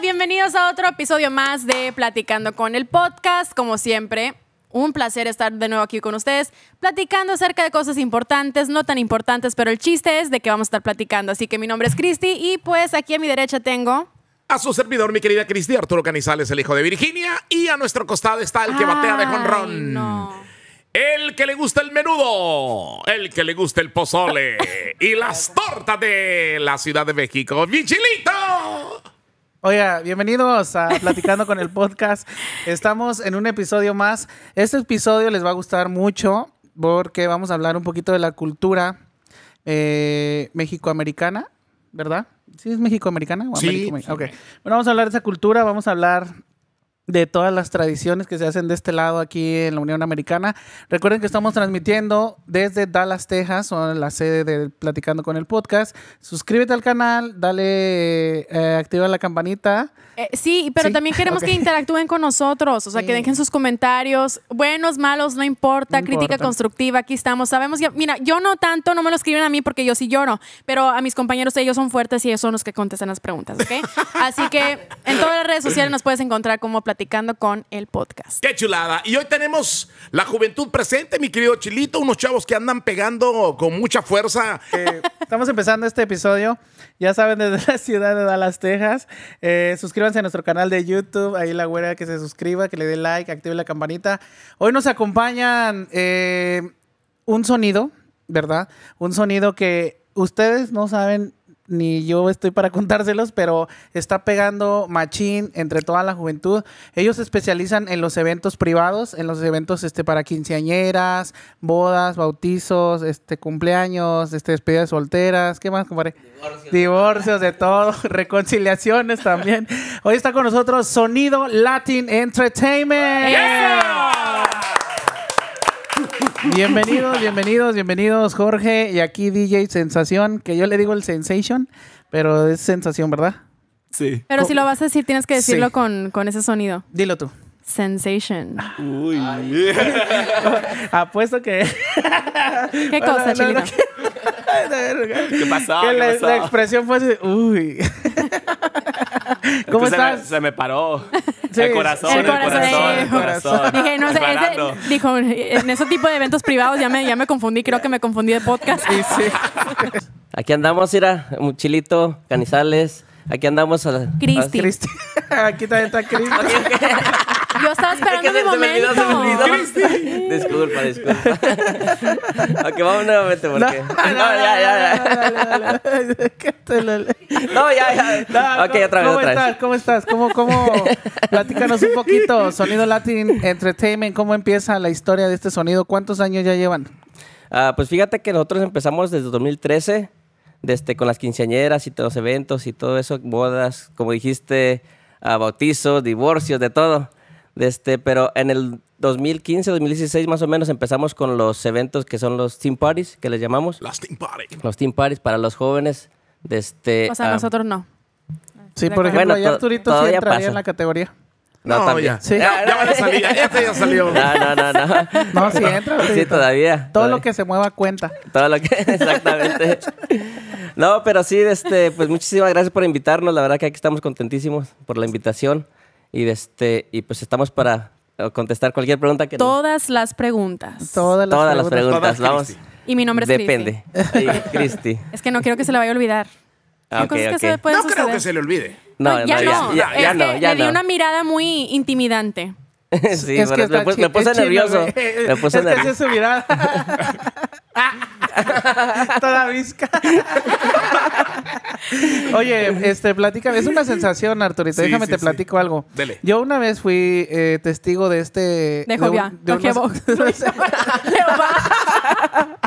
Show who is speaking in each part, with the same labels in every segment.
Speaker 1: bienvenidos a otro episodio más de Platicando con el podcast. Como siempre, un placer estar de nuevo aquí con ustedes, platicando acerca de cosas importantes, no tan importantes, pero el chiste es de que vamos a estar platicando. Así que mi nombre es Cristi y pues aquí a mi derecha tengo...
Speaker 2: A su servidor, mi querida Cristi, Arturo Canizales, el hijo de Virginia, y a nuestro costado está el que batea de
Speaker 1: Ay,
Speaker 2: jonrón.
Speaker 1: no.
Speaker 2: El que le gusta el menudo, el que le gusta el pozole y las tortas de la Ciudad de México, Michilito.
Speaker 3: Oiga, bienvenidos a Platicando con el Podcast. Estamos en un episodio más. Este episodio les va a gustar mucho porque vamos a hablar un poquito de la cultura eh, mexicoamericana, ¿verdad? ¿Sí es mexicoamericana? o
Speaker 2: Sí,
Speaker 3: americome-
Speaker 2: sí.
Speaker 3: ok. Bueno, vamos a hablar de esa cultura, vamos a hablar de todas las tradiciones que se hacen de este lado aquí en la Unión Americana. Recuerden que estamos transmitiendo desde Dallas, Texas, son la sede de Platicando con el Podcast. Suscríbete al canal, dale, eh, activa la campanita.
Speaker 1: Eh, sí, pero
Speaker 3: Sí,
Speaker 1: también queremos
Speaker 3: ok.
Speaker 1: que interactúen con nosotros, o sea, que
Speaker 3: Sí.
Speaker 1: dejen sus comentarios, buenos, malos, no importa,
Speaker 3: No
Speaker 1: crítica
Speaker 3: importa.
Speaker 1: constructiva, aquí estamos. Sabemos que, mira, yo no tanto, no me lo escriben a mí porque yo sí lloro, pero a mis compañeros ellos son fuertes y ellos son los que contestan las preguntas, ¿ok? Así que en todas las redes sociales nos puedes encontrar como platicando con el podcast.
Speaker 2: Qué chulada. Y hoy tenemos la juventud presente, mi querido Chilito, unos chavos que andan pegando con mucha fuerza.
Speaker 3: Eh, estamos empezando este episodio, ya saben, desde la ciudad de Dallas, Texas. Eh, suscríbanse a nuestro canal de YouTube, ahí la güera que se suscriba, que le dé like, active la campanita. Hoy nos acompañan eh, un sonido, ¿verdad? Un sonido que ustedes no saben ni yo estoy para contárselos, pero está pegando machín entre toda la juventud. Ellos se especializan en los eventos privados, en los eventos este, para quinceañeras, bodas, bautizos, este, cumpleaños, este, despedidas solteras, ¿qué más, compadre? Divorcios. de todo, reconciliaciones también. Hoy está con nosotros Sonido Latin Entertainment. Bienvenidos, bienvenidos, bienvenidos, Jorge. Y aquí DJ Sensación, que yo le digo el Sensation, pero es sensación, ¿verdad?
Speaker 4: Sí.
Speaker 1: Pero si lo vas a decir, tienes que decirlo
Speaker 3: Eh, oh. Sí.
Speaker 1: con, con ese sonido.
Speaker 3: Dilo tú.
Speaker 1: Sensation.
Speaker 4: Uy.
Speaker 3: Apuesto que.
Speaker 1: ¿Qué cosa,
Speaker 3: No, no,
Speaker 1: Chilito?
Speaker 3: no, que-
Speaker 4: ¿Qué pasó?
Speaker 3: que
Speaker 4: ¿Qué
Speaker 3: la,
Speaker 4: pasó?
Speaker 3: la expresión fue así. Uy. ¿Cómo
Speaker 4: Es que se me-
Speaker 3: estás?
Speaker 4: Se me paró.
Speaker 3: Sí,
Speaker 4: el corazón,
Speaker 3: sí.
Speaker 4: el corazón,
Speaker 1: eh,
Speaker 4: el corazón.
Speaker 1: Dije, no sé, ese-
Speaker 4: Disparando.
Speaker 1: dijo, en ese tipo de eventos privados ya me, ya me confundí, creo que me confundí de podcast.
Speaker 3: Sí, sí.
Speaker 5: Aquí andamos, mira, Mochilito, Canizales. Aquí andamos a la.
Speaker 1: Cristi.
Speaker 3: Cristi. Aquí también está Cristi.
Speaker 1: Yo estaba esperando
Speaker 5: Es que
Speaker 1: mi
Speaker 5: se- se me olvidó,
Speaker 1: momento.
Speaker 5: se me olvidó. Disculpa, disculpa. ok, vamos nuevamente porque. No, ya, ya, ya. No, ya, ya. ok, otra vez,
Speaker 3: ¿Cómo
Speaker 5: otra
Speaker 3: estás?
Speaker 5: vez.
Speaker 3: ¿Cómo estás? ¿Cómo, cómo? Platícanos un poquito. Sonido Latin Entertainment, ¿cómo empieza la historia de este sonido? ¿Cuántos años ya llevan?
Speaker 5: Ah, pues fíjate que nosotros empezamos desde 2013, desde este, con las quinceañeras y todos los eventos y todo eso, bodas, como dijiste, ah, bautizos, divorcios, de todo. Desde, pero en el 2015, 2016 más o menos empezamos con los eventos que son los team parties, que les llamamos.
Speaker 2: Las Team Party.
Speaker 5: Los team parties para los jóvenes. este, ah, Desde,
Speaker 1: O sea, nosotros no.
Speaker 3: Sí,
Speaker 1: De
Speaker 3: por
Speaker 1: acuerdo.
Speaker 3: ejemplo,
Speaker 5: Bueno,
Speaker 3: ayer
Speaker 5: to-
Speaker 3: Arturito sí
Speaker 5: todavía
Speaker 3: entraría
Speaker 5: pasa.
Speaker 3: en la categoría.
Speaker 5: No,
Speaker 2: No,
Speaker 5: también.
Speaker 2: ya. Ya van a salir, ya, este ya salió.
Speaker 5: No, no, no, no.
Speaker 3: No, sí entra,
Speaker 5: Sí,
Speaker 3: Pedrito.
Speaker 5: todavía.
Speaker 3: Todo
Speaker 5: todavía.
Speaker 3: lo que se mueva cuenta.
Speaker 5: Todo lo que. Exactamente. No, pero sí, este, pues muchísimas gracias por invitarnos. La verdad que aquí estamos contentísimos por la invitación. Y, este, y pues estamos para eh, contestar cualquier pregunta que
Speaker 1: Todas las preguntas.
Speaker 3: Todas las
Speaker 5: todas las
Speaker 3: preguntas.
Speaker 5: preguntas.
Speaker 2: Todas,
Speaker 5: Vamos.
Speaker 2: Cristi.
Speaker 1: Y mi nombre es Cristi.
Speaker 5: Depende. Sí, Cristi.
Speaker 1: Es que no quiero que se le vaya a olvidar.
Speaker 5: Ah,
Speaker 1: Hay
Speaker 5: ok,
Speaker 1: cosas que
Speaker 5: ok.
Speaker 1: se pueden
Speaker 2: No
Speaker 1: suceder.
Speaker 2: creo que se le olvide.
Speaker 1: No, Pues, ya no.
Speaker 5: Ya, ya,
Speaker 1: Es
Speaker 5: ya
Speaker 1: que
Speaker 5: no, ya
Speaker 1: le di
Speaker 5: no.
Speaker 1: una mirada muy intimidante.
Speaker 5: sí,
Speaker 3: Es que
Speaker 5: bueno, me,
Speaker 3: está
Speaker 5: pu-
Speaker 3: chi-
Speaker 5: me puse
Speaker 3: es chino,
Speaker 5: nervioso.
Speaker 3: güey.
Speaker 5: Me puse
Speaker 3: es que así
Speaker 5: nervioso.
Speaker 3: es su mirada. Ah. Toda visca. Oye, este, platícame. Es una sensación, Arturito.
Speaker 2: Sí,
Speaker 3: Déjame
Speaker 2: sí,
Speaker 3: te
Speaker 2: sí.
Speaker 3: platico algo.
Speaker 2: Dele.
Speaker 3: Yo una vez fui eh, testigo de este...
Speaker 1: De
Speaker 3: De
Speaker 1: Jovia.
Speaker 3: un- de
Speaker 1: No,
Speaker 3: unos-
Speaker 1: que vos- Leo va.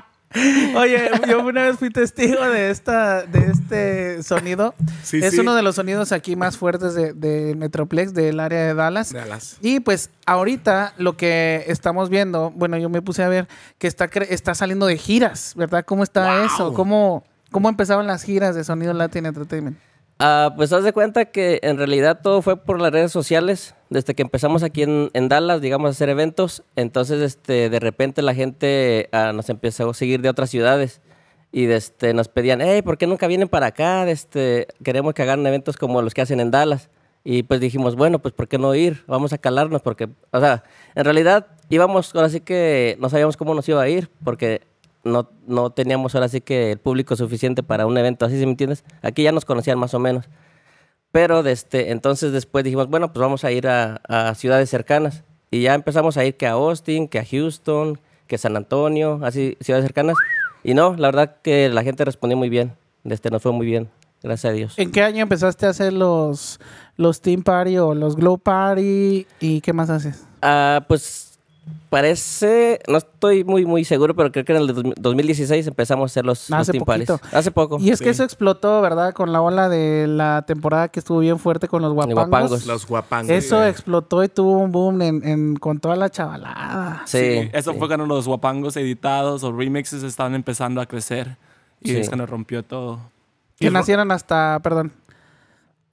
Speaker 3: Oye, yo una vez fui testigo de esta, de este sonido.
Speaker 2: Sí,
Speaker 3: es
Speaker 2: sí.
Speaker 3: uno de los sonidos aquí más fuertes de, de Metroplex, del área de Dallas.
Speaker 2: Dallas.
Speaker 3: Y pues ahorita lo que estamos viendo, bueno, yo me puse a ver que está, cre- está saliendo de giras, ¿verdad? ¿Cómo está
Speaker 2: Wow.
Speaker 3: eso? ¿Cómo, ¿Cómo empezaron las giras de Sonido Latin Entertainment?
Speaker 5: Ah, pues haz de cuenta que en realidad todo fue por las redes sociales. Desde que empezamos aquí en, en Dallas, digamos, a hacer eventos, entonces este, de repente la gente ah, nos empezó a seguir de otras ciudades y de este, nos pedían, hey, ¿por qué nunca vienen para acá? De Este, queremos que hagan eventos como los que hacen en Dallas. Y pues dijimos, bueno, pues ¿por qué no ir? Vamos a calarnos porque, o sea, en realidad íbamos, ahora sí que no sabíamos cómo nos iba a ir porque no, no teníamos ahora sí que el público suficiente para un evento así, ¿sí me entiendes? Aquí ya nos conocían más o menos. Pero desde, entonces después dijimos, bueno, pues vamos a ir a, a ciudades cercanas. Y ya empezamos a ir que a Austin, que a Houston, que San Antonio, así ciudades cercanas. Y no, la verdad que la gente respondió muy bien. Desde nos fue muy bien, gracias a Dios.
Speaker 3: ¿En qué año empezaste a hacer los, los Team Party o los Glow Party? ¿Y qué más haces?
Speaker 5: Ah, pues parece, no estoy muy muy seguro, pero creo que en el dos- 2016 empezamos a hacer los, los
Speaker 3: Hace
Speaker 5: Team Paris.
Speaker 3: poquito.
Speaker 5: Hace poco.
Speaker 3: Y es que
Speaker 5: Sí.
Speaker 3: eso explotó, ¿verdad? Con la ola de la temporada que estuvo bien fuerte con los guapangos.
Speaker 5: guapangos.
Speaker 2: Los guapangos.
Speaker 3: Eso
Speaker 2: Sí.
Speaker 3: explotó y tuvo un boom en, en- con toda la chavalada.
Speaker 5: Sí,
Speaker 4: Eso
Speaker 5: sí.
Speaker 4: fue cuando los guapangos editados o remixes estaban empezando a crecer. Y
Speaker 5: Sí.
Speaker 4: es cuando rompió todo.
Speaker 3: Que nacieron hasta, perdón,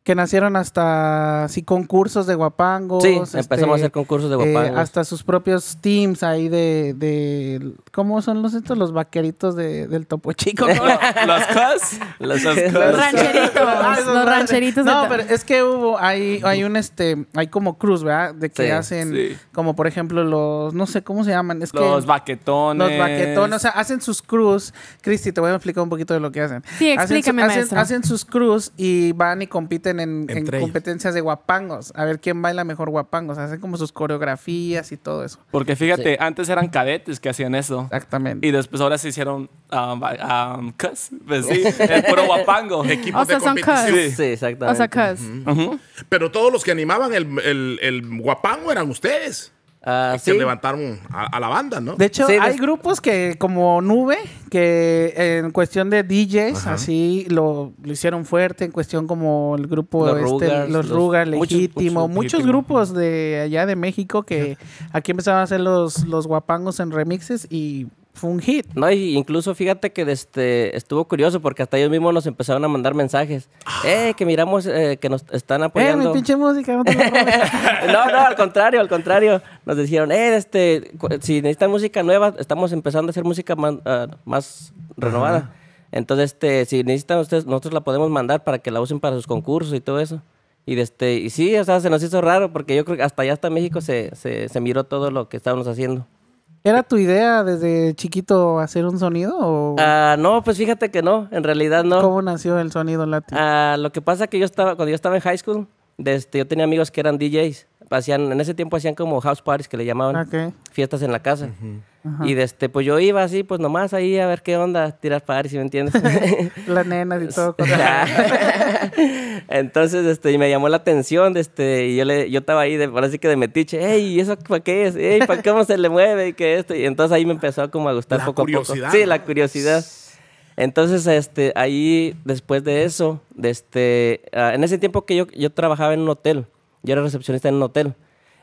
Speaker 3: que nacieron hasta, sí, concursos de guapangos. este,
Speaker 5: Sí, empezamos a hacer concursos de
Speaker 3: eh,
Speaker 5: guapangos.
Speaker 3: hasta sus propios teams ahí de, de- ¿cómo son los estos? Los vaqueritos de- del Topo Chico. ¿no?
Speaker 4: ¿Los cos?
Speaker 5: Los-
Speaker 4: Cos.
Speaker 1: Rancheritos,
Speaker 3: Ah, esos
Speaker 1: los rancheritos. de
Speaker 3: No,
Speaker 1: ta-
Speaker 3: pero es que hubo, hay, hay un este, hay como cruz, ¿verdad? De que
Speaker 5: Sí,
Speaker 3: hacen,
Speaker 4: sí.
Speaker 3: como por ejemplo los, no sé cómo se llaman, es
Speaker 4: Los
Speaker 3: que...
Speaker 4: baquetones.
Speaker 3: Los baquetones, o sea, hacen sus cruz. Cristi, te voy a explicar un poquito de lo que hacen.
Speaker 1: Sí,
Speaker 3: Hacen su-
Speaker 1: explícame,
Speaker 3: hacen,
Speaker 1: maestro.
Speaker 3: hacen sus cruz y van y compiten en, en
Speaker 2: Entre ellos.
Speaker 3: competencias de guapangos. A ver quién baila mejor guapangos. Hacen como sus coreografías y todo eso.
Speaker 4: Porque fíjate, antes eran cadetes que hacían eso.
Speaker 3: Exactamente.
Speaker 4: Y después ahora se hicieron um, ba- um, cos. Pues sí, el puro guapango.
Speaker 2: Equipos
Speaker 1: O sea,
Speaker 2: de
Speaker 1: son
Speaker 2: competición.
Speaker 1: cos.
Speaker 5: Sí, exactamente.
Speaker 1: O sea, cos.
Speaker 2: Pero todos los que animaban el, el, el guapango eran ustedes.
Speaker 5: Ah,
Speaker 2: que
Speaker 5: sí.
Speaker 2: levantaron a, a la banda, ¿no?
Speaker 3: De hecho,
Speaker 5: Sí,
Speaker 3: hay
Speaker 5: des-
Speaker 3: grupos que, como Nube, que en cuestión de DJs, así lo, lo hicieron fuerte, en cuestión como el grupo
Speaker 5: Los
Speaker 3: este,
Speaker 5: Ruggers,
Speaker 3: los
Speaker 5: los-
Speaker 3: Rugas,
Speaker 5: muchos-
Speaker 3: Legítimo,
Speaker 5: muchos
Speaker 3: muchos
Speaker 5: Legítimo.
Speaker 3: grupos de allá de México que aquí empezaron a hacer los, los guapangos en remixes y fue un hit. Eh,
Speaker 5: No, y incluso fíjate que este, estuvo curioso porque hasta ellos mismos nos empezaron a mandar mensajes. ¡Eh, que miramos eh, que nos están
Speaker 3: Eh,
Speaker 5: apoyando!
Speaker 3: mi pinche música, no te la robes.
Speaker 5: no, no, al contrario, al contrario. Nos dijeron, eh, este, cu- si necesitan música nueva, estamos empezando a hacer música man- ah, más renovada. Entonces, este, si necesitan ustedes, nosotros la podemos mandar para que la usen para sus concursos y todo eso. Y, de este, y sí, o sea, se nos hizo raro porque yo creo que hasta allá, hasta México, se, se, se miró todo lo que estábamos haciendo.
Speaker 3: ¿Era tu idea desde chiquito hacer un sonido o
Speaker 5: Ah, no, pues fíjate que no, en realidad no.
Speaker 3: cómo nació el sonido latino?
Speaker 5: Ah, lo que pasa que yo estaba, cuando yo estaba en high school, de este, yo tenía amigos que eran DJs. Hacían, en ese tiempo hacían como house parties que le llamaban.
Speaker 3: Ok.
Speaker 5: fiestas en la casa. Y desde, pues yo iba así, pues nomás ahí a ver qué onda, tirar pares, si me entiendes.
Speaker 3: Las nenas y todo. con-
Speaker 5: Ah, Entonces, este, y me llamó la atención, este, y yo le, yo estaba ahí de, ahora sí que de metiche, hey, ¿y eso para qué es? Ey, ¿para cómo se le mueve? Y que esto, y entonces ahí me empezó como a gustar
Speaker 2: La
Speaker 5: poco
Speaker 2: curiosidad,
Speaker 5: a poco. Sí,
Speaker 2: ¿no?
Speaker 5: la curiosidad. Entonces, este, ahí, después de eso, de este, ah, en ese tiempo que yo, yo trabajaba en un hotel, yo era recepcionista en un hotel,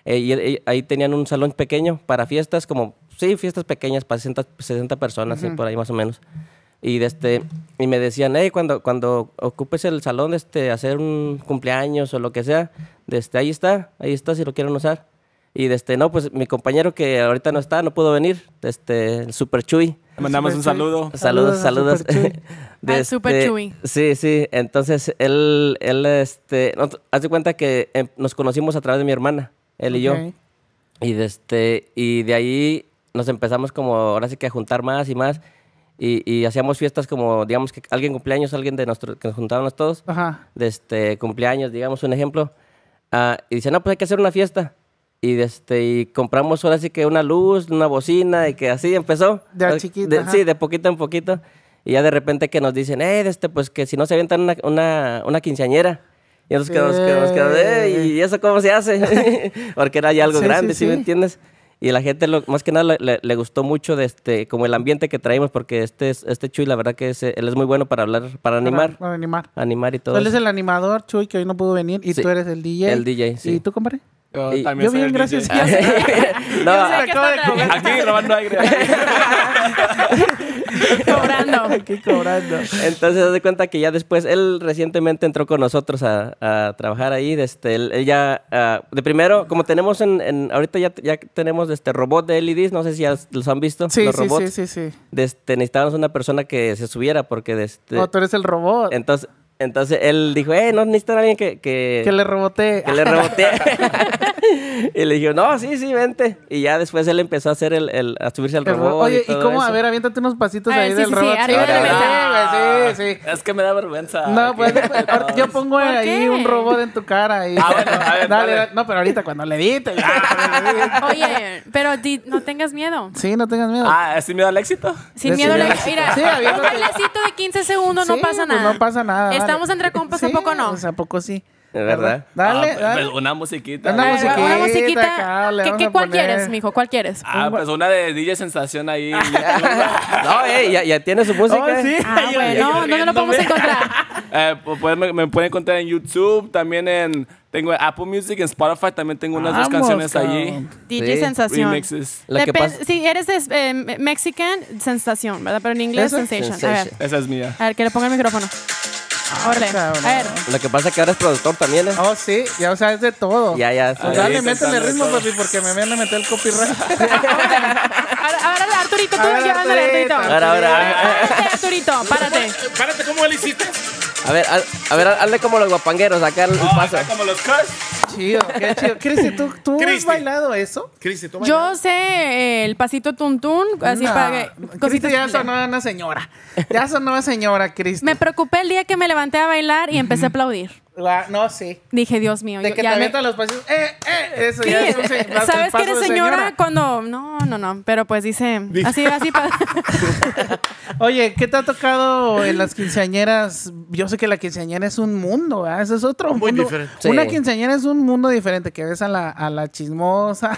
Speaker 5: eh, y, eh, ahí tenían un salón pequeño para fiestas, como, sí, fiestas pequeñas para 60, 60 personas, sí, por ahí más o menos. Y, de este, y me decían, hey, cuando, cuando ocupes el salón, de este, hacer un cumpleaños o lo que sea, de este, ahí está, ahí está si lo quieren usar. Y de este, no, pues mi compañero que ahorita no está, no pudo venir, de este, el Super Chuy.
Speaker 4: Le Mandamos un
Speaker 3: Super
Speaker 4: saludo.
Speaker 5: Saludos,
Speaker 3: Saludos
Speaker 5: saludos.
Speaker 3: al Super Chuy.
Speaker 5: De
Speaker 1: Al Super
Speaker 5: este-
Speaker 1: Chuy.
Speaker 5: Sí, sí. Entonces, él, él, este, no, haz de cuenta que em, nos conocimos a través de mi hermana, él y yo.
Speaker 3: Ok.
Speaker 5: Y de, este, y de ahí nos empezamos como, ahora sí que a juntar más y más. Y, y hacíamos fiestas como, digamos, que alguien cumpleaños, alguien de nuestro, que nos juntábamos todos
Speaker 3: Ajá.
Speaker 5: de este, cumpleaños, digamos un ejemplo, ah, y dice, no, pues hay que hacer una fiesta. Y, de este, y compramos ahora sí que una luz, una bocina, y que así empezó.
Speaker 3: De a
Speaker 5: Eh,
Speaker 3: chiquito,
Speaker 5: de-
Speaker 3: ajá.
Speaker 5: sí, de poquito en poquito. Y ya de repente que nos dicen, eh, de este, pues que si no se avientan una, una, una quinceañera. Y nos quedamos, nos quedamos, nos quedamos, "Eh, ¿y eso cómo se hace? Porque era ya algo
Speaker 3: Sí, sí,
Speaker 5: grande, ¿sí, me
Speaker 3: sí.
Speaker 5: entiendes? Y la gente, lo- más que nada, le- le, le gustó mucho de este, como el ambiente que traímos, porque este, es- este Chuy, la verdad que es, eh, él es muy bueno para hablar, para animar,
Speaker 3: Para, para animar.
Speaker 5: animar y todo.
Speaker 3: Tú eres
Speaker 5: eso.
Speaker 3: el animador, Chuy, que hoy no pudo venir, y
Speaker 5: Sí.
Speaker 3: tú eres el DJ.
Speaker 5: El DJ, sí.
Speaker 3: ¿Y tú, compadre?
Speaker 4: Yo
Speaker 5: Y-
Speaker 4: también
Speaker 3: Yo
Speaker 4: soy
Speaker 3: bien,
Speaker 4: el
Speaker 3: gracias.
Speaker 4: DJ.
Speaker 5: no, ah,
Speaker 1: Yo sé que
Speaker 3: acabo
Speaker 1: está
Speaker 3: de
Speaker 1: tra-
Speaker 3: comer.
Speaker 4: Aquí robando aire.
Speaker 1: cobrando.
Speaker 3: Aquí cobrando.
Speaker 5: entonces haz de cuenta que ya después él recientemente entró con nosotros a, a trabajar ahí. de Este, él, él ya, ah, de primero, como tenemos en, en- ahorita ya, ya tenemos este robot de LEDs, no sé si ya los han visto,
Speaker 3: Sí,
Speaker 5: los
Speaker 3: sí,
Speaker 5: robots.
Speaker 3: sí, sí, sí.
Speaker 5: De este, necesitábamos una persona que se subiera porque de este,
Speaker 3: No, tú eres el robot.
Speaker 5: entonces Entonces él dijo, eh, no necesitan a alguien que, que,
Speaker 3: Que le reboté.
Speaker 5: que le rebote. y le dijo, no, sí, sí, vente. Y ya después él empezó a hacer el, el- a subirse al
Speaker 3: El ro-
Speaker 5: robot.
Speaker 3: Oye, ¿y
Speaker 5: todo
Speaker 3: cómo? A
Speaker 5: eso.
Speaker 3: ver, aviéntate unos pasitos
Speaker 1: A ver,
Speaker 3: ahí
Speaker 1: sí,
Speaker 3: del
Speaker 1: sí, sí,
Speaker 3: robot.
Speaker 1: arriba
Speaker 5: de la
Speaker 3: Sí,
Speaker 4: Ah,
Speaker 3: güey, sí, sí.
Speaker 4: Es que me da vergüenza.
Speaker 5: Ah,
Speaker 3: No, pues
Speaker 4: Aquí.
Speaker 3: ahor- yo pongo
Speaker 1: ¿Por
Speaker 3: ahí
Speaker 1: qué?
Speaker 3: un robot en tu cara. Y...
Speaker 4: Ah, bueno, a
Speaker 3: dale,
Speaker 4: ver, dale.
Speaker 3: dale. No, pero ahorita cuando le edite. ya.
Speaker 1: Oye, pero di- no tengas miedo.
Speaker 3: sí, no tengas miedo.
Speaker 4: Ah, ¿sí me da el éxito?
Speaker 1: Sin
Speaker 3: Sí,
Speaker 1: miedo,
Speaker 3: sí,
Speaker 1: le-
Speaker 3: sí.
Speaker 1: mira,
Speaker 3: Sí,
Speaker 1: un
Speaker 3: habiéndote-
Speaker 1: bailecito de 15 segundos no
Speaker 3: Sí,
Speaker 1: pasa
Speaker 3: pues
Speaker 1: nada.
Speaker 3: no pasa nada. dale.
Speaker 1: Estamos entre compas,
Speaker 3: Sí,
Speaker 1: ¿a poco no?
Speaker 3: pues, ¿A poco sí?
Speaker 5: Es verdad.
Speaker 3: Dale,
Speaker 4: Ah,
Speaker 3: dale.
Speaker 4: pues, Una musiquita.
Speaker 3: Una
Speaker 1: A ver,
Speaker 3: musiquita.
Speaker 1: Una
Speaker 3: acá, le
Speaker 1: musiquita. ¿Qué,
Speaker 3: vamos
Speaker 1: qué-
Speaker 3: a
Speaker 1: ¿Cuál
Speaker 3: poner.
Speaker 1: quieres, mijo? ¿Cuál quieres?
Speaker 4: Ah, pues una de DJ Sensación ahí. Eh,
Speaker 5: No, eh, ya, ya tiene su
Speaker 4: pues,
Speaker 5: música.
Speaker 3: Oh, sí.
Speaker 1: Ah,
Speaker 3: Yo-
Speaker 1: bueno,
Speaker 4: yo
Speaker 1: ¿dónde lo podemos
Speaker 4: riéndome.
Speaker 1: encontrar?
Speaker 4: pues, pues, me, me pueden encontrar en YouTube, también en... Tengo en Apple Music, en Spotify, también tengo unas dos
Speaker 3: Vamos,
Speaker 4: canciones allí.
Speaker 3: cabrón.
Speaker 1: DJ
Speaker 5: Sí,
Speaker 1: Sensación.
Speaker 4: remixes.
Speaker 5: Lo que
Speaker 1: Depen-
Speaker 5: pasa-
Speaker 1: Si eres es- eh, me- mexican, sensación, ¿verdad? Pero en inglés,
Speaker 3: ¿Eso?
Speaker 1: sensation. A ver,
Speaker 5: Sensation.
Speaker 4: Esa es mía.
Speaker 1: a ver, que le ponga el micrófono. Órale.
Speaker 3: Ah, cabrón.
Speaker 1: A ver.
Speaker 5: Lo que pasa es que ahora es productor también, ¿eh?
Speaker 3: Oh, sí, ya, o sea, es de todo.
Speaker 5: Ya, ya.
Speaker 3: Pues
Speaker 4: ya.
Speaker 3: dale,
Speaker 4: Ahí
Speaker 3: métele
Speaker 4: cantando
Speaker 3: ritmo,
Speaker 4: todo.
Speaker 3: papi, porque me vienen a meter el copyright.
Speaker 1: Ahora, ahora, Arturito, tú,
Speaker 3: A ver,
Speaker 1: yo, ándale, Arturito.
Speaker 3: Arturito.
Speaker 5: Ahora, ahora.
Speaker 1: Párate, Arturito, párate.
Speaker 2: Espérate, ¿cómo él hiciste?
Speaker 5: A ver, haz- a ver, hazle como los guapangueros, acá el
Speaker 4: Oh,
Speaker 5: paso.
Speaker 4: acá como los cuts.
Speaker 3: chido, qué chido. Cristi, ¿tú, tú has
Speaker 2: Cristi.
Speaker 3: bailado eso?
Speaker 2: Cristi, toma.
Speaker 1: Yo sé eh, el pasito tuntún, así Pues,
Speaker 3: No.
Speaker 1: para que.
Speaker 3: Cristi
Speaker 1: cositas-
Speaker 3: ya sonó este. una señora. Ya sonó una señora, Cristi.
Speaker 1: Me preocupé el día que me levanté a bailar y empecé a aplaudir.
Speaker 3: Ah, No, sí.
Speaker 1: Dije, Dios mío.
Speaker 3: De
Speaker 1: yo
Speaker 3: que
Speaker 1: ya
Speaker 3: te
Speaker 1: me-
Speaker 3: metan los pasos. Eh, eh, eso
Speaker 1: Sí,
Speaker 3: ya es un se- el
Speaker 1: ¿Sabes que
Speaker 3: paso
Speaker 1: eres
Speaker 3: de
Speaker 1: señora, cuando.? No, no, no. Pero pues dice. Así, así. pa-
Speaker 3: Oye, ¿qué te ha tocado en las quinceañeras? Yo sé que la quinceañera es un mundo, ¿verdad? Ese es otro
Speaker 2: Muy
Speaker 3: mundo.
Speaker 2: diferente.
Speaker 5: Sí.
Speaker 3: Una quinceañera es un mundo diferente, que ves a la, a la chismosa,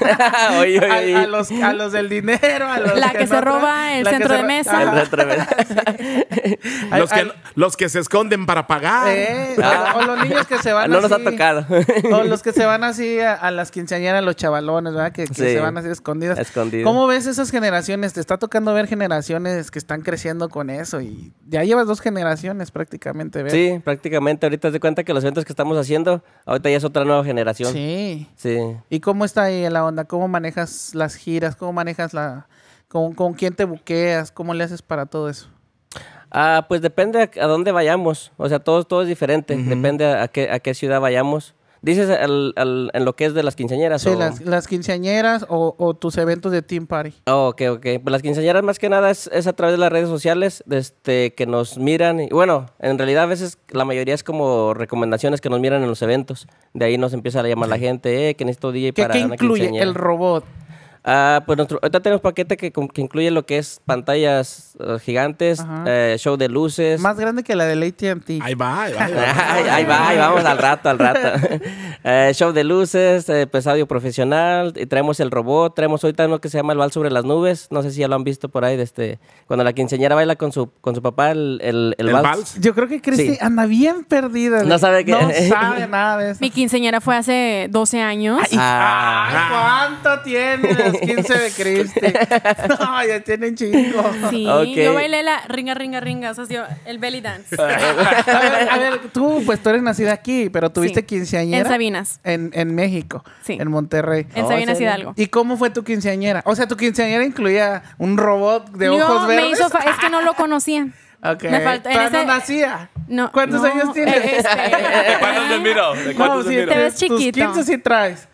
Speaker 5: Oye, oye,
Speaker 3: a-
Speaker 5: oye.
Speaker 3: A, los, a los del dinero, a los
Speaker 1: La que se roba
Speaker 3: traen,
Speaker 1: el
Speaker 3: la que
Speaker 1: centro
Speaker 3: se
Speaker 1: de
Speaker 3: ro-
Speaker 1: mesa.
Speaker 5: El
Speaker 3: Ajá.
Speaker 5: retro, ¿verdad?
Speaker 2: los,
Speaker 3: Ay,
Speaker 2: que, los que se esconden para pagar.
Speaker 3: Eh, o, o los niños que se van
Speaker 5: No nos ha
Speaker 3: así- Oh,
Speaker 5: tocado.
Speaker 3: O los que se van así a, a las quinceañeras, los chavalones, ¿verdad? Que, que
Speaker 5: Sí.
Speaker 3: se van así escondidas.
Speaker 5: Escondidas.
Speaker 3: ¿Cómo ves esas generaciones? Te está tocando ver generaciones que están creciendo con eso y ya llevas dos generaciones prácticamente, ¿ves?
Speaker 5: Sí, prácticamente. Ahorita te cuenta que los eventos que estamos haciendo, ahorita ya es otra nueva generación. Sí.
Speaker 3: Sí. ¿Y cómo está ahí la onda? ¿Cómo manejas las giras? ¿Cómo manejas la... ¿Con, con quién te buqueas? ¿Cómo le haces para todo eso?
Speaker 5: Ah, pues depende a, a dónde vayamos. O sea, todo, todo es diferente. Depende a, a qué, a qué ciudad vayamos. Dices al- al- en lo que es de las quinceañeras.
Speaker 3: Sí,
Speaker 5: o-
Speaker 3: las, las quinceañeras o, o tus eventos de team party.
Speaker 5: Oh, ok, ok. Pues las quinceañeras más que nada es, es a través de las redes sociales, este, que nos miran. Y, bueno, en realidad a veces la mayoría es como recomendaciones que nos miran en los eventos. De ahí nos empieza a llamar la gente, eh, que necesito DJ
Speaker 3: ¿Qué,
Speaker 5: para
Speaker 3: qué
Speaker 5: una
Speaker 3: incluye
Speaker 5: quinceañera.
Speaker 3: el robot?
Speaker 5: Ah, pues nuestro, ahorita tenemos paquete que, con- que incluye lo que es pantallas eh, gigantes,
Speaker 3: Ajá.
Speaker 5: eh, show de luces.
Speaker 3: Más grande que la del AT&T.
Speaker 2: Ahí va, ahí va. ahí va.
Speaker 5: Ay, ahí va, ahí vamos al rato, al rato. Eh, show de luces, eh, pues audio profesional, y traemos el robot, traemos ahorita uno que se llama El Bal sobre las nubes, no sé si ya lo han visto por ahí, de este, cuando la quinceañera baila con su, con su papá, el, el, el
Speaker 2: El
Speaker 5: vals.
Speaker 2: vals.
Speaker 3: Yo creo que Cristi
Speaker 5: Sí.
Speaker 3: anda bien perdida. güey.
Speaker 5: No sabe qué-
Speaker 3: No sabe nada de eso.
Speaker 1: Mi quinceñera fue hace 12 años.
Speaker 5: Ah,
Speaker 3: Ay, ¿Cuánto tiene los 15 de Cristi? No, ya tiene un chingo.
Speaker 1: Sí,
Speaker 5: Ok.
Speaker 1: yo bailé la ringa, ringa, ringa. O sea, yo- el belly dance.
Speaker 3: Ah. A ver, a ver, tú, pues tú eres nacida aquí, pero tuviste
Speaker 1: Sí.
Speaker 3: quinceañera.
Speaker 1: En Sabinas.
Speaker 3: En, en México.
Speaker 1: Sí.
Speaker 3: En Monterrey.
Speaker 1: En
Speaker 5: Oh,
Speaker 1: Sabinas
Speaker 5: ¿en serio?
Speaker 1: Hidalgo.
Speaker 3: ¿Y cómo fue tu quinceañera? O sea, tu quinceañera incluía un robot de
Speaker 1: Yo
Speaker 3: ojos
Speaker 1: me
Speaker 3: verdes.
Speaker 1: hizo fa- es que no lo conocía.
Speaker 3: Ok.
Speaker 1: Me faltó- en
Speaker 3: Pero no
Speaker 1: ese-
Speaker 3: nacía.
Speaker 1: No,
Speaker 3: ¿Cuántos
Speaker 1: no,
Speaker 3: años tienes?
Speaker 1: eh, espera.
Speaker 4: ¿De cuántos me miro? ¿De
Speaker 3: No,
Speaker 4: cuántos me
Speaker 3: sí, este
Speaker 4: miro?
Speaker 1: Te ves
Speaker 3: tus
Speaker 1: chiquito.
Speaker 3: 15 sí traes.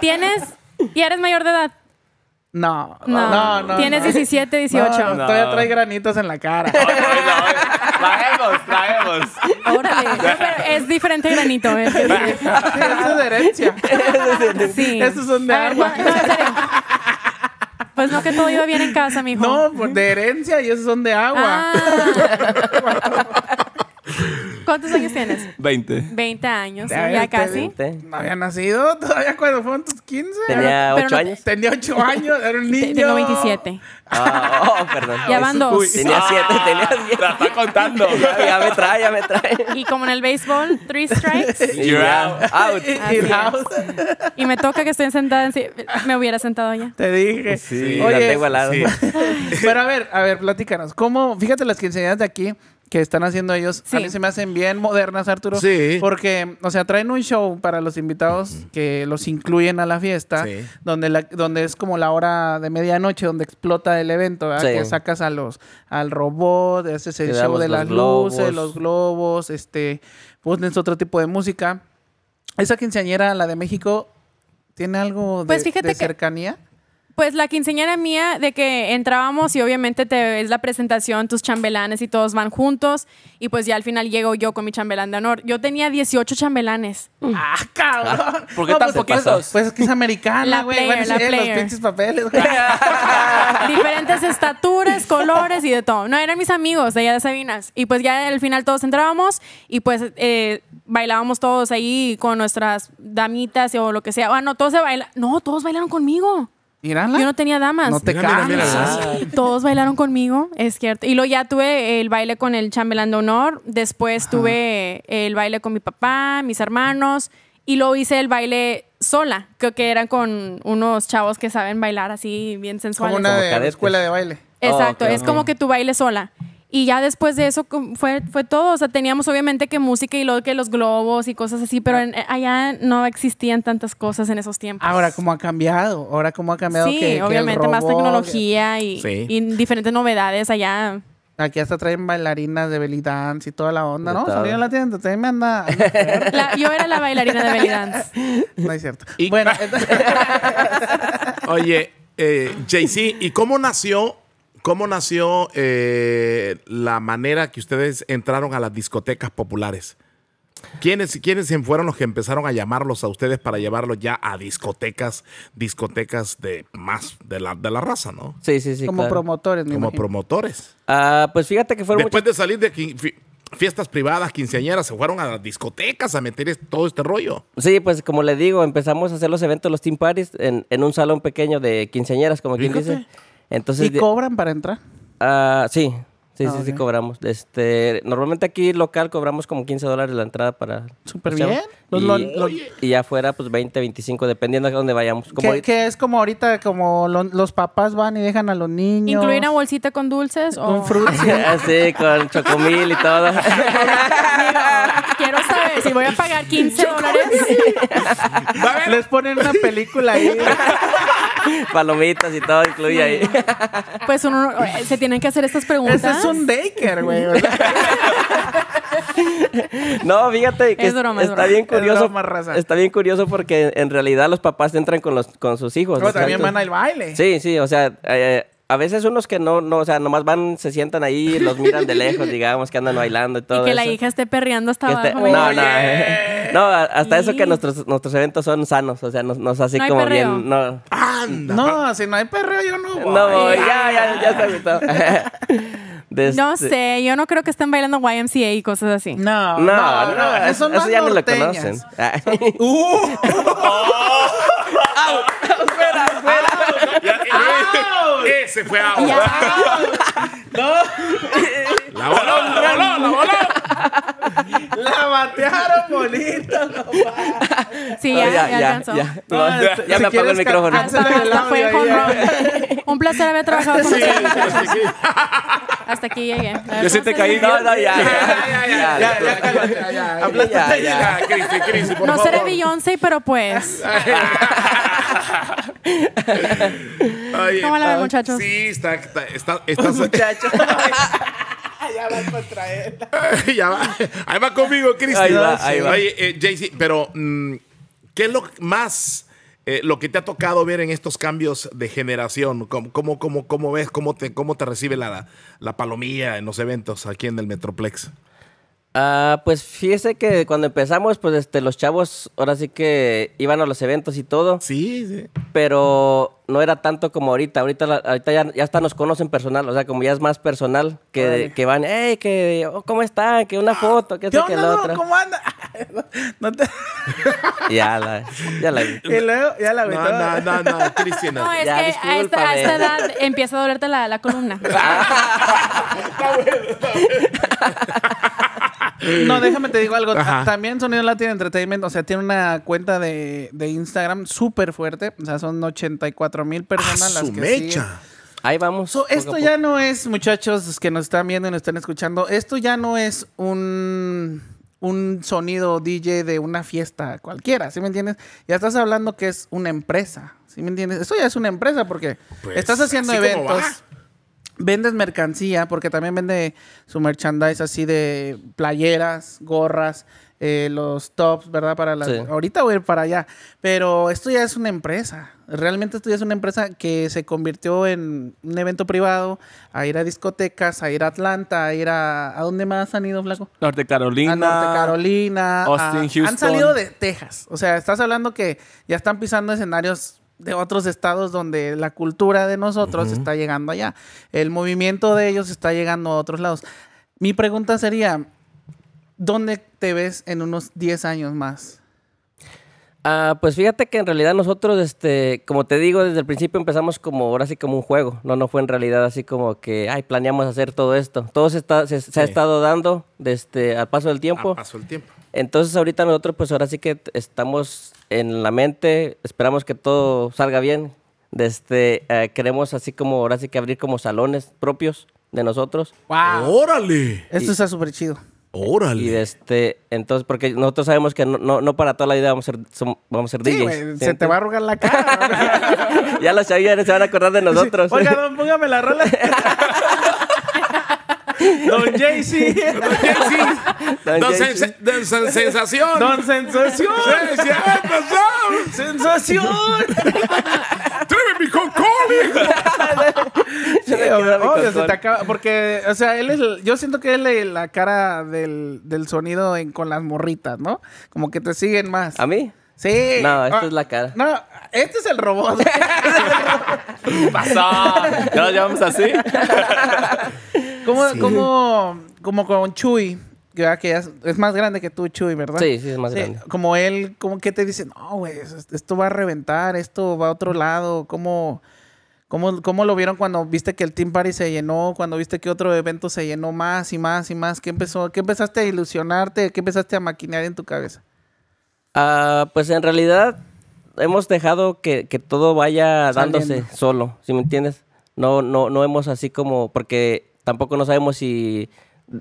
Speaker 1: Tienes y eres mayor de edad.
Speaker 3: No.
Speaker 1: No.
Speaker 3: No, no.
Speaker 1: Tienes
Speaker 3: no.
Speaker 1: 17, 18.
Speaker 3: No, no, Todavía trae granitos en la cara.
Speaker 4: pues, Traemos, traemos.
Speaker 1: Órale. No, pero Ah, es diferente granito. ¿eh?
Speaker 3: Sí, eso es herencia.
Speaker 1: Sí.
Speaker 3: Esos son de
Speaker 1: A ver,
Speaker 3: agua.
Speaker 1: no, no, en serio. Pues no, que todo iba bien en casa, mijo.
Speaker 3: No, por- de herencia y esos son de agua.
Speaker 1: Ah. ¿Cuántos años tienes?
Speaker 4: 20.
Speaker 1: 20 años,
Speaker 3: A ver,
Speaker 1: ya
Speaker 3: te-
Speaker 1: casi.
Speaker 5: Te-
Speaker 3: No había nacido todavía cuando fueron tus 15.
Speaker 5: Tenía
Speaker 1: Pero
Speaker 5: ocho
Speaker 1: no-
Speaker 5: años.
Speaker 3: Tenía 8 años, era un
Speaker 1: Te-
Speaker 3: niño.
Speaker 1: Tengo 27.
Speaker 5: Ah, oh, perdón.
Speaker 1: Ya van dos.
Speaker 5: Tenía siete, tenía siete.
Speaker 4: La está contando.
Speaker 5: Ya, ya me trae, ya me trae.
Speaker 1: Y como en el béisbol, three strikes.
Speaker 5: Y ya, out.
Speaker 1: Así es. Y me toca que estoy sentada. en si- Me hubiera sentado ya.
Speaker 3: Te dije.
Speaker 5: Sí, la
Speaker 3: Oye,
Speaker 5: tengo al lado.
Speaker 2: Sí.
Speaker 3: pero a ver, a ver, platícanos. ¿Cómo? Fíjate las quinceañeras de aquí. que están haciendo ellos,
Speaker 1: Sí.
Speaker 3: a mí se me hacen bien modernas, Arturo.
Speaker 2: Sí.
Speaker 3: Porque, o sea, traen un show para los invitados que los incluyen a la fiesta,
Speaker 2: Sí.
Speaker 3: donde, la- donde es como la hora de medianoche, donde explota el evento, ¿verdad?
Speaker 5: Sí.
Speaker 3: Que sacas a los, al robot, haces el
Speaker 5: Te
Speaker 3: show
Speaker 5: damos
Speaker 3: de
Speaker 5: los
Speaker 3: las luces,
Speaker 5: globos.
Speaker 3: los globos, este, pones otro tipo de música. Esa quinceañera, la de México, ¿tiene algo de,
Speaker 1: Pues fíjate
Speaker 3: de
Speaker 1: que-
Speaker 3: cercanía?
Speaker 1: Pues la quinceañera mía de que entrábamos y obviamente te es la presentación, tus chambelanes y todos van juntos y pues ya al final llego yo con mi chambelán de honor. Yo tenía 18 chambelanes.
Speaker 5: Mm.
Speaker 3: ¡Ah, cabrón!
Speaker 4: ¿Por qué tan
Speaker 3: pues,
Speaker 4: poquitos?
Speaker 3: Pues es que es americana,
Speaker 1: La
Speaker 3: güey.
Speaker 1: player,
Speaker 3: Van a
Speaker 1: la
Speaker 3: decir, "Eh, los
Speaker 1: player".
Speaker 3: pinches papeles, güey.
Speaker 1: Diferentes estaturas, colores y de todo. No, eran mis amigos de allá de Sabinas. Y pues ya al final todos entrábamos y pues eh, bailábamos todos ahí con nuestras damitas o lo que sea. Ah, no, todos se bailan. No, todos bailaron conmigo.
Speaker 3: Mírala.
Speaker 1: Yo no tenía damas.
Speaker 3: Ah, No te
Speaker 2: Mira, mira, mira.
Speaker 3: canses.
Speaker 1: Todos bailaron conmigo, es cierto. Y luego ya tuve el baile con el chambelán de honor, después tuve el baile con mi papá, mis hermanos, y luego hice el baile sola, creo que eran con unos chavos que saben bailar así bien
Speaker 3: Como
Speaker 1: sensuales.
Speaker 3: una
Speaker 5: Como
Speaker 3: de
Speaker 5: cadetes.
Speaker 3: escuela de baile.
Speaker 1: Exacto,
Speaker 5: Ok,
Speaker 1: es
Speaker 5: ok.
Speaker 1: como que tu baile sola. Y ya después de eso com- fue, fue todo. O sea, teníamos obviamente que música y luego que los globos y cosas así,
Speaker 3: Ah.
Speaker 1: pero en- eh, allá no existían tantas cosas en esos tiempos.
Speaker 3: Ahora, ¿cómo ha cambiado? Ahora, ¿cómo ha cambiado?
Speaker 1: Sí,
Speaker 3: que- que el
Speaker 1: obviamente más
Speaker 3: robot-
Speaker 1: tecnología y,
Speaker 2: Sí.
Speaker 1: y diferentes novedades allá.
Speaker 3: Aquí hasta traen bailarinas de belly dance y toda la onda,
Speaker 5: De
Speaker 3: ¿no?
Speaker 5: todo.
Speaker 3: Salió en la tienda, también me anda... anda fuerte.
Speaker 1: La- yo era la bailarina de belly dance.
Speaker 3: No es cierto.
Speaker 2: Y-
Speaker 3: Bueno, entonces-
Speaker 2: Oye, eh, JC, ¿y cómo nació, cómo nació eh, la manera que ustedes entraron a las discotecas populares? ¿Quiénes, ¿Quiénes fueron los que empezaron a llamarlos a ustedes para llevarlos ya a discotecas, discotecas de más, de la, de la raza, ¿no?
Speaker 5: Sí, sí, sí.
Speaker 3: como
Speaker 5: claro.
Speaker 3: promotores, me
Speaker 2: Como
Speaker 3: imagino.
Speaker 2: promotores.
Speaker 5: Ah, pues fíjate que fueron
Speaker 2: Después de salir de qui- fi- fiestas privadas, quinceañeras, se fueron a las discotecas a meter es- todo este rollo.
Speaker 5: muchos- Sí, pues como le digo, empezamos a hacer los eventos, los team parties, en, en un salón pequeño de quinceañeras, como quien
Speaker 2: Fíjate.
Speaker 5: dice. Entonces,
Speaker 3: ¿Y cobran para entrar?
Speaker 5: Ah, sí, sí,
Speaker 3: Ah,
Speaker 5: sí, sí
Speaker 3: ok.
Speaker 5: cobramos. Este, normalmente aquí local cobramos como 15 dólares la entrada para...
Speaker 3: Súper
Speaker 5: los chavos.
Speaker 3: bien. Los lo-
Speaker 5: Y,
Speaker 3: lo-
Speaker 5: y afuera pues 20, 25, dependiendo a dónde vayamos. Como
Speaker 3: Que, que es como ahorita, como lo- los papás van y dejan a los niños.
Speaker 1: ¿Incluir una bolsita con dulces o...?
Speaker 3: Un frutzi.
Speaker 5: Así, con chocomil y todo.
Speaker 1: Quiero, quiero saber si voy a pagar 15 dólares.
Speaker 2: Va a ver,
Speaker 3: Les ponen una película ahí.
Speaker 5: Palomitas y todo incluye ahí.
Speaker 1: Pues uno, eh, se tienen que hacer estas preguntas.
Speaker 3: Ese es un daker, güey. o sea.
Speaker 5: No, fíjate que
Speaker 1: Es broma, es
Speaker 5: está
Speaker 1: broma.
Speaker 5: bien
Speaker 3: Es
Speaker 5: curioso.
Speaker 3: broma, raza.
Speaker 5: Está bien curioso porque en realidad los papás entran con Pues los con sus hijos.
Speaker 3: Pero
Speaker 5: o sea,
Speaker 3: también
Speaker 5: tú-
Speaker 3: van al baile.
Speaker 5: Sí, sí, o sea, eh, a veces unos que no, no, o sea, nomás van, se sientan ahí, los miran de lejos, digamos, que andan bailando y todo
Speaker 1: y que la
Speaker 5: eso.
Speaker 1: hija esté perreando hasta
Speaker 5: Que esté-
Speaker 1: abajo.
Speaker 5: Este, no, no,
Speaker 3: Oye.
Speaker 5: no, a- hasta eso
Speaker 1: Sí.
Speaker 5: que nuestros, nuestros eventos son sanos, o sea, nos, nos así
Speaker 1: No hay
Speaker 5: como
Speaker 1: perreo.
Speaker 5: bien, no,
Speaker 2: anda.
Speaker 3: No, si no hay perreo, yo no voy.
Speaker 5: no, ya, ya, ya se agotó. De
Speaker 1: No
Speaker 5: este-
Speaker 1: sé, yo no creo que estén bailando YMCA y cosas así.
Speaker 3: No,
Speaker 5: No, no, eso,
Speaker 3: más
Speaker 5: eso ya no lo
Speaker 3: norteñas.
Speaker 5: conocen.
Speaker 3: ¡Uh!
Speaker 2: Ya- Ese fue agua. La voló, la voló, la voló.
Speaker 3: ¡La batearon bonito!
Speaker 1: Sí, ya, ya, alcanzó.
Speaker 5: Oh, ya.
Speaker 3: No,
Speaker 5: No,
Speaker 3: este,
Speaker 5: ya
Speaker 3: si
Speaker 5: me apagó
Speaker 3: quieres
Speaker 5: el micrófono.
Speaker 3: cantar-
Speaker 1: Hasta,
Speaker 3: Cancela el
Speaker 1: hasta fue el
Speaker 3: audio ahí,
Speaker 1: home run. Un placer haber trabajado con ustedes.
Speaker 2: Sí,
Speaker 1: Hasta aquí llegué. A ver,
Speaker 4: Yo sí
Speaker 1: ¿cómo
Speaker 4: te
Speaker 1: se
Speaker 4: caí.
Speaker 1: dice?
Speaker 5: No, no, ya,
Speaker 2: Ya, ya,
Speaker 5: ya,
Speaker 3: Ya,
Speaker 5: ya.
Speaker 3: ya, cálmate, ya.
Speaker 5: Habla-
Speaker 3: Habla-
Speaker 5: Ya,
Speaker 2: sí.
Speaker 5: ya.
Speaker 2: Ya, Cristi, Cristi, por
Speaker 1: No
Speaker 2: favor.
Speaker 1: seré Beyoncé, pero pues.
Speaker 2: Oye,
Speaker 1: ¿Cómo la ven, muchachos?
Speaker 2: Sí, está, está, está, está-
Speaker 3: Muchacho. Ya va contra él.
Speaker 2: ya va. Ahí va conmigo, Cristi.
Speaker 5: Ahí va, ahí va.
Speaker 2: Oye, eh, JC, pero mm, ¿qué es lo más eh, lo que te ha tocado ver en estos cambios de generación? ¿Cómo, cómo, cómo, cómo ves, cómo te, cómo te recibe la, la palomilla en los eventos aquí en el Metroplex?
Speaker 5: Ah, pues fíjese que cuando empezamos, pues este, los chavos ahora sí que iban a los eventos y todo,
Speaker 2: Sí, sí.
Speaker 5: pero no era tanto como ahorita. Ahorita, la- ahorita ya, ya hasta nos conocen personal, o sea, como ya es más personal que, que van, hey, que, oh, ¿cómo están? Que una foto, que
Speaker 3: ¿Qué
Speaker 5: esto, que
Speaker 3: onda,
Speaker 5: lo
Speaker 3: no?
Speaker 5: otro.
Speaker 3: ¿Cómo anda? No te-
Speaker 5: Ya la, ya la vi.
Speaker 3: Y luego, ya la
Speaker 2: No,
Speaker 3: aventó.
Speaker 2: no, no, no, Cristina.
Speaker 1: No, es
Speaker 5: Ya,
Speaker 1: que a esta, a
Speaker 5: discúlpame.
Speaker 1: esta edad empieza a dolerte la, la columna.
Speaker 3: No, déjame te digo algo. Ta-
Speaker 2: Ajá.
Speaker 3: También Sonido Latino Entertainment, o sea, tiene una cuenta de, de Instagram súper fuerte. O sea, son 84 mil personas
Speaker 2: ¡Ah,
Speaker 3: las
Speaker 2: su
Speaker 3: que
Speaker 2: mecha!
Speaker 3: siguen.
Speaker 5: Ahí vamos.
Speaker 3: So,
Speaker 5: poco a
Speaker 3: esto
Speaker 5: poco.
Speaker 3: ya no es, muchachos que nos están viendo y nos están escuchando, esto ya no es un, un sonido DJ de una fiesta cualquiera, ¿sí me entiendes? Ya estás hablando que es una empresa, ¿sí me entiendes? Esto ya es una empresa porque
Speaker 2: Pues,
Speaker 3: estás haciendo
Speaker 2: así como
Speaker 3: eventos.
Speaker 2: va.
Speaker 3: Vendes mercancía, porque también vende su merchandise así de playeras, gorras, eh, los tops, ¿verdad? Para las-
Speaker 5: Sí.
Speaker 3: Ahorita voy a ir para allá. Pero esto ya es una empresa. Realmente esto ya es una empresa que se convirtió en un evento privado, a ir a discotecas, a ir a Atlanta, a ir a... ¿A dónde más han ido, Flaco?
Speaker 4: Norte Carolina.
Speaker 3: a Norte Carolina,
Speaker 4: Austin,
Speaker 3: a-
Speaker 4: Houston.
Speaker 3: han salido de Texas. O sea, estás hablando que ya están pisando escenarios de otros estados donde la cultura de nosotros está llegando allá. El movimiento de ellos está llegando a otros lados. Mi pregunta sería, ¿dónde te ves en unos 10 años más?
Speaker 5: Ah, pues fíjate que en realidad nosotros, este, como te digo, desde el principio empezamos como ahora sí como un juego. No, no fue en realidad así como que, ay, planeamos hacer todo esto. Todo se, está, se, se ha
Speaker 2: Sí.
Speaker 5: estado dando desde, al paso del tiempo.
Speaker 2: Ah, pasó el tiempo.
Speaker 5: Entonces ahorita nosotros pues ahora sí que t- estamos en la mente, esperamos que todo salga bien. Desde, eh, queremos así como ahora sí que abrir como salones propios de nosotros.
Speaker 4: Oh.
Speaker 2: ¡Órale!
Speaker 3: Esto está súper chido.
Speaker 2: ¡Órale!
Speaker 5: Ah. Y desde, entonces, porque nosotros sabemos que no, no, no para toda la vida vamos a ser, som- vamos a ser
Speaker 3: Sí,
Speaker 5: DJs.
Speaker 3: güey,
Speaker 5: ¿sí
Speaker 3: se te va a arrugar la cara.
Speaker 5: ya los chavillas se van a acordar de nosotros.
Speaker 3: Oiga, don, póngame la rola. don Jay-Z,
Speaker 2: Don Jay-Z.
Speaker 5: Don
Speaker 2: Don
Speaker 5: Jay-Z.
Speaker 2: Sense- Don Sen- Sensación.
Speaker 3: don Sensación.
Speaker 2: Sí, sí, ¡ah, pasó!
Speaker 3: ¡Sensación!
Speaker 2: ¡Tráeme mi concoli!
Speaker 5: Se me
Speaker 3: Sí,
Speaker 5: quedó mi
Speaker 3: obvio, obvio, se
Speaker 5: control.
Speaker 3: te acaba- Porque, o sea, él es. el- yo siento que él es la cara del, del sonido en- con las morritas, ¿no? Como que te siguen más.
Speaker 5: ¿A mí?
Speaker 3: Sí.
Speaker 5: No, esta
Speaker 3: Ah,
Speaker 5: es la cara.
Speaker 3: No, este es el robot.
Speaker 4: Pasó. Ya lo llamamos así.
Speaker 3: como,
Speaker 2: Sí.
Speaker 3: como, como con Chuy. Que ya- que ya es- es más grande que tú, Chuy, ¿verdad?
Speaker 5: Sí, sí, es más grande.
Speaker 3: Como él, como que te dice, no, güey, es- esto va a reventar, esto va a otro lado, ¿cómo, cómo, cómo lo vieron cuando viste que el Team Party se llenó, cuando viste que otro evento se llenó más y más y más? ¿Qué, empezó, qué empezaste a ilusionarte? ¿Qué empezaste a maquinear en tu cabeza?
Speaker 5: Ah, pues en realidad hemos dejado que, que todo vaya
Speaker 3: Saliendo.
Speaker 5: dándose solo, ¿sí me entiendes? No, no, no hemos así como, porque tampoco no sabemos si,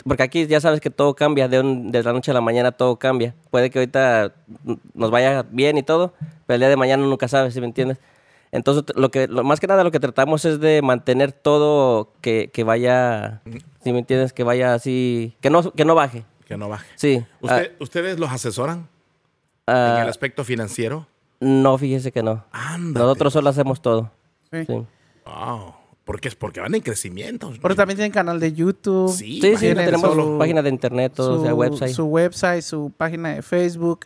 Speaker 5: porque aquí ya sabes que todo cambia, de, un- de la noche a la mañana todo cambia. Puede que ahorita mm, nos vaya bien y todo, pero el día de mañana nunca sabes, ¿sí me entiendes? Entonces, t- lo que, lo- más que nada lo que tratamos es de mantener todo que, que vaya, ¿sí me entiendes? Que vaya así, que no, que no baje,
Speaker 2: Que no baje.
Speaker 5: sí.
Speaker 2: Usted- ¿Ustedes los asesoran
Speaker 5: Ah,
Speaker 2: en
Speaker 5: ah,
Speaker 2: el aspecto financiero?
Speaker 5: No, fíjese que no.
Speaker 2: Ándate.
Speaker 5: Nosotros solo hacemos todo.
Speaker 3: Sí.
Speaker 5: Sí.
Speaker 2: Wow. Porque es porque van en crecimiento.
Speaker 3: Pero también tienen canal de YouTube.
Speaker 2: Sí,
Speaker 5: Sí, sí,
Speaker 2: imagínate
Speaker 5: tenemos
Speaker 3: solo.
Speaker 5: página de internet, todo, o sea, website.
Speaker 3: su website, su página de Facebook.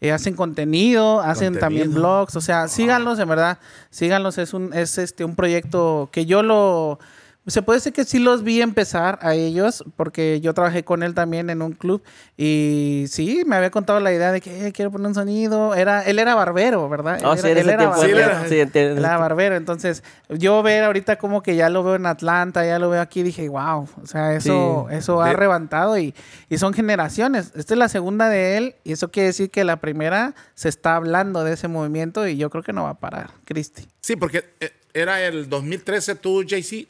Speaker 3: eh, hacen contenido, hacen
Speaker 2: Contenido.
Speaker 3: también blogs, o sea, síganlos en verdad, síganlos, es un, es este un proyecto que yo lo se puede decir que sí los vi empezar a ellos, porque yo trabajé con él también en un club y sí, me había contado la idea de que eh, quiero poner un sonido, era, él era barbero, ¿verdad?
Speaker 5: Oh,
Speaker 3: Él
Speaker 5: sí,
Speaker 3: era-
Speaker 5: en ese
Speaker 3: él era
Speaker 5: tiempo
Speaker 2: era-
Speaker 3: barbero.
Speaker 5: sí, entiendo.
Speaker 3: Él era barbero, entonces yo ver ahorita como que ya lo veo en Atlanta, ya lo veo aquí, dije, wow, o sea, eso,
Speaker 5: Sí.
Speaker 3: eso ha
Speaker 2: De-
Speaker 3: levantado y, y son generaciones. Esta es la segunda de él y eso quiere decir que la primera se está hablando de ese movimiento y yo creo que no va a parar, Cristi.
Speaker 2: Sí, porque eh, era el 2013 tú, JC.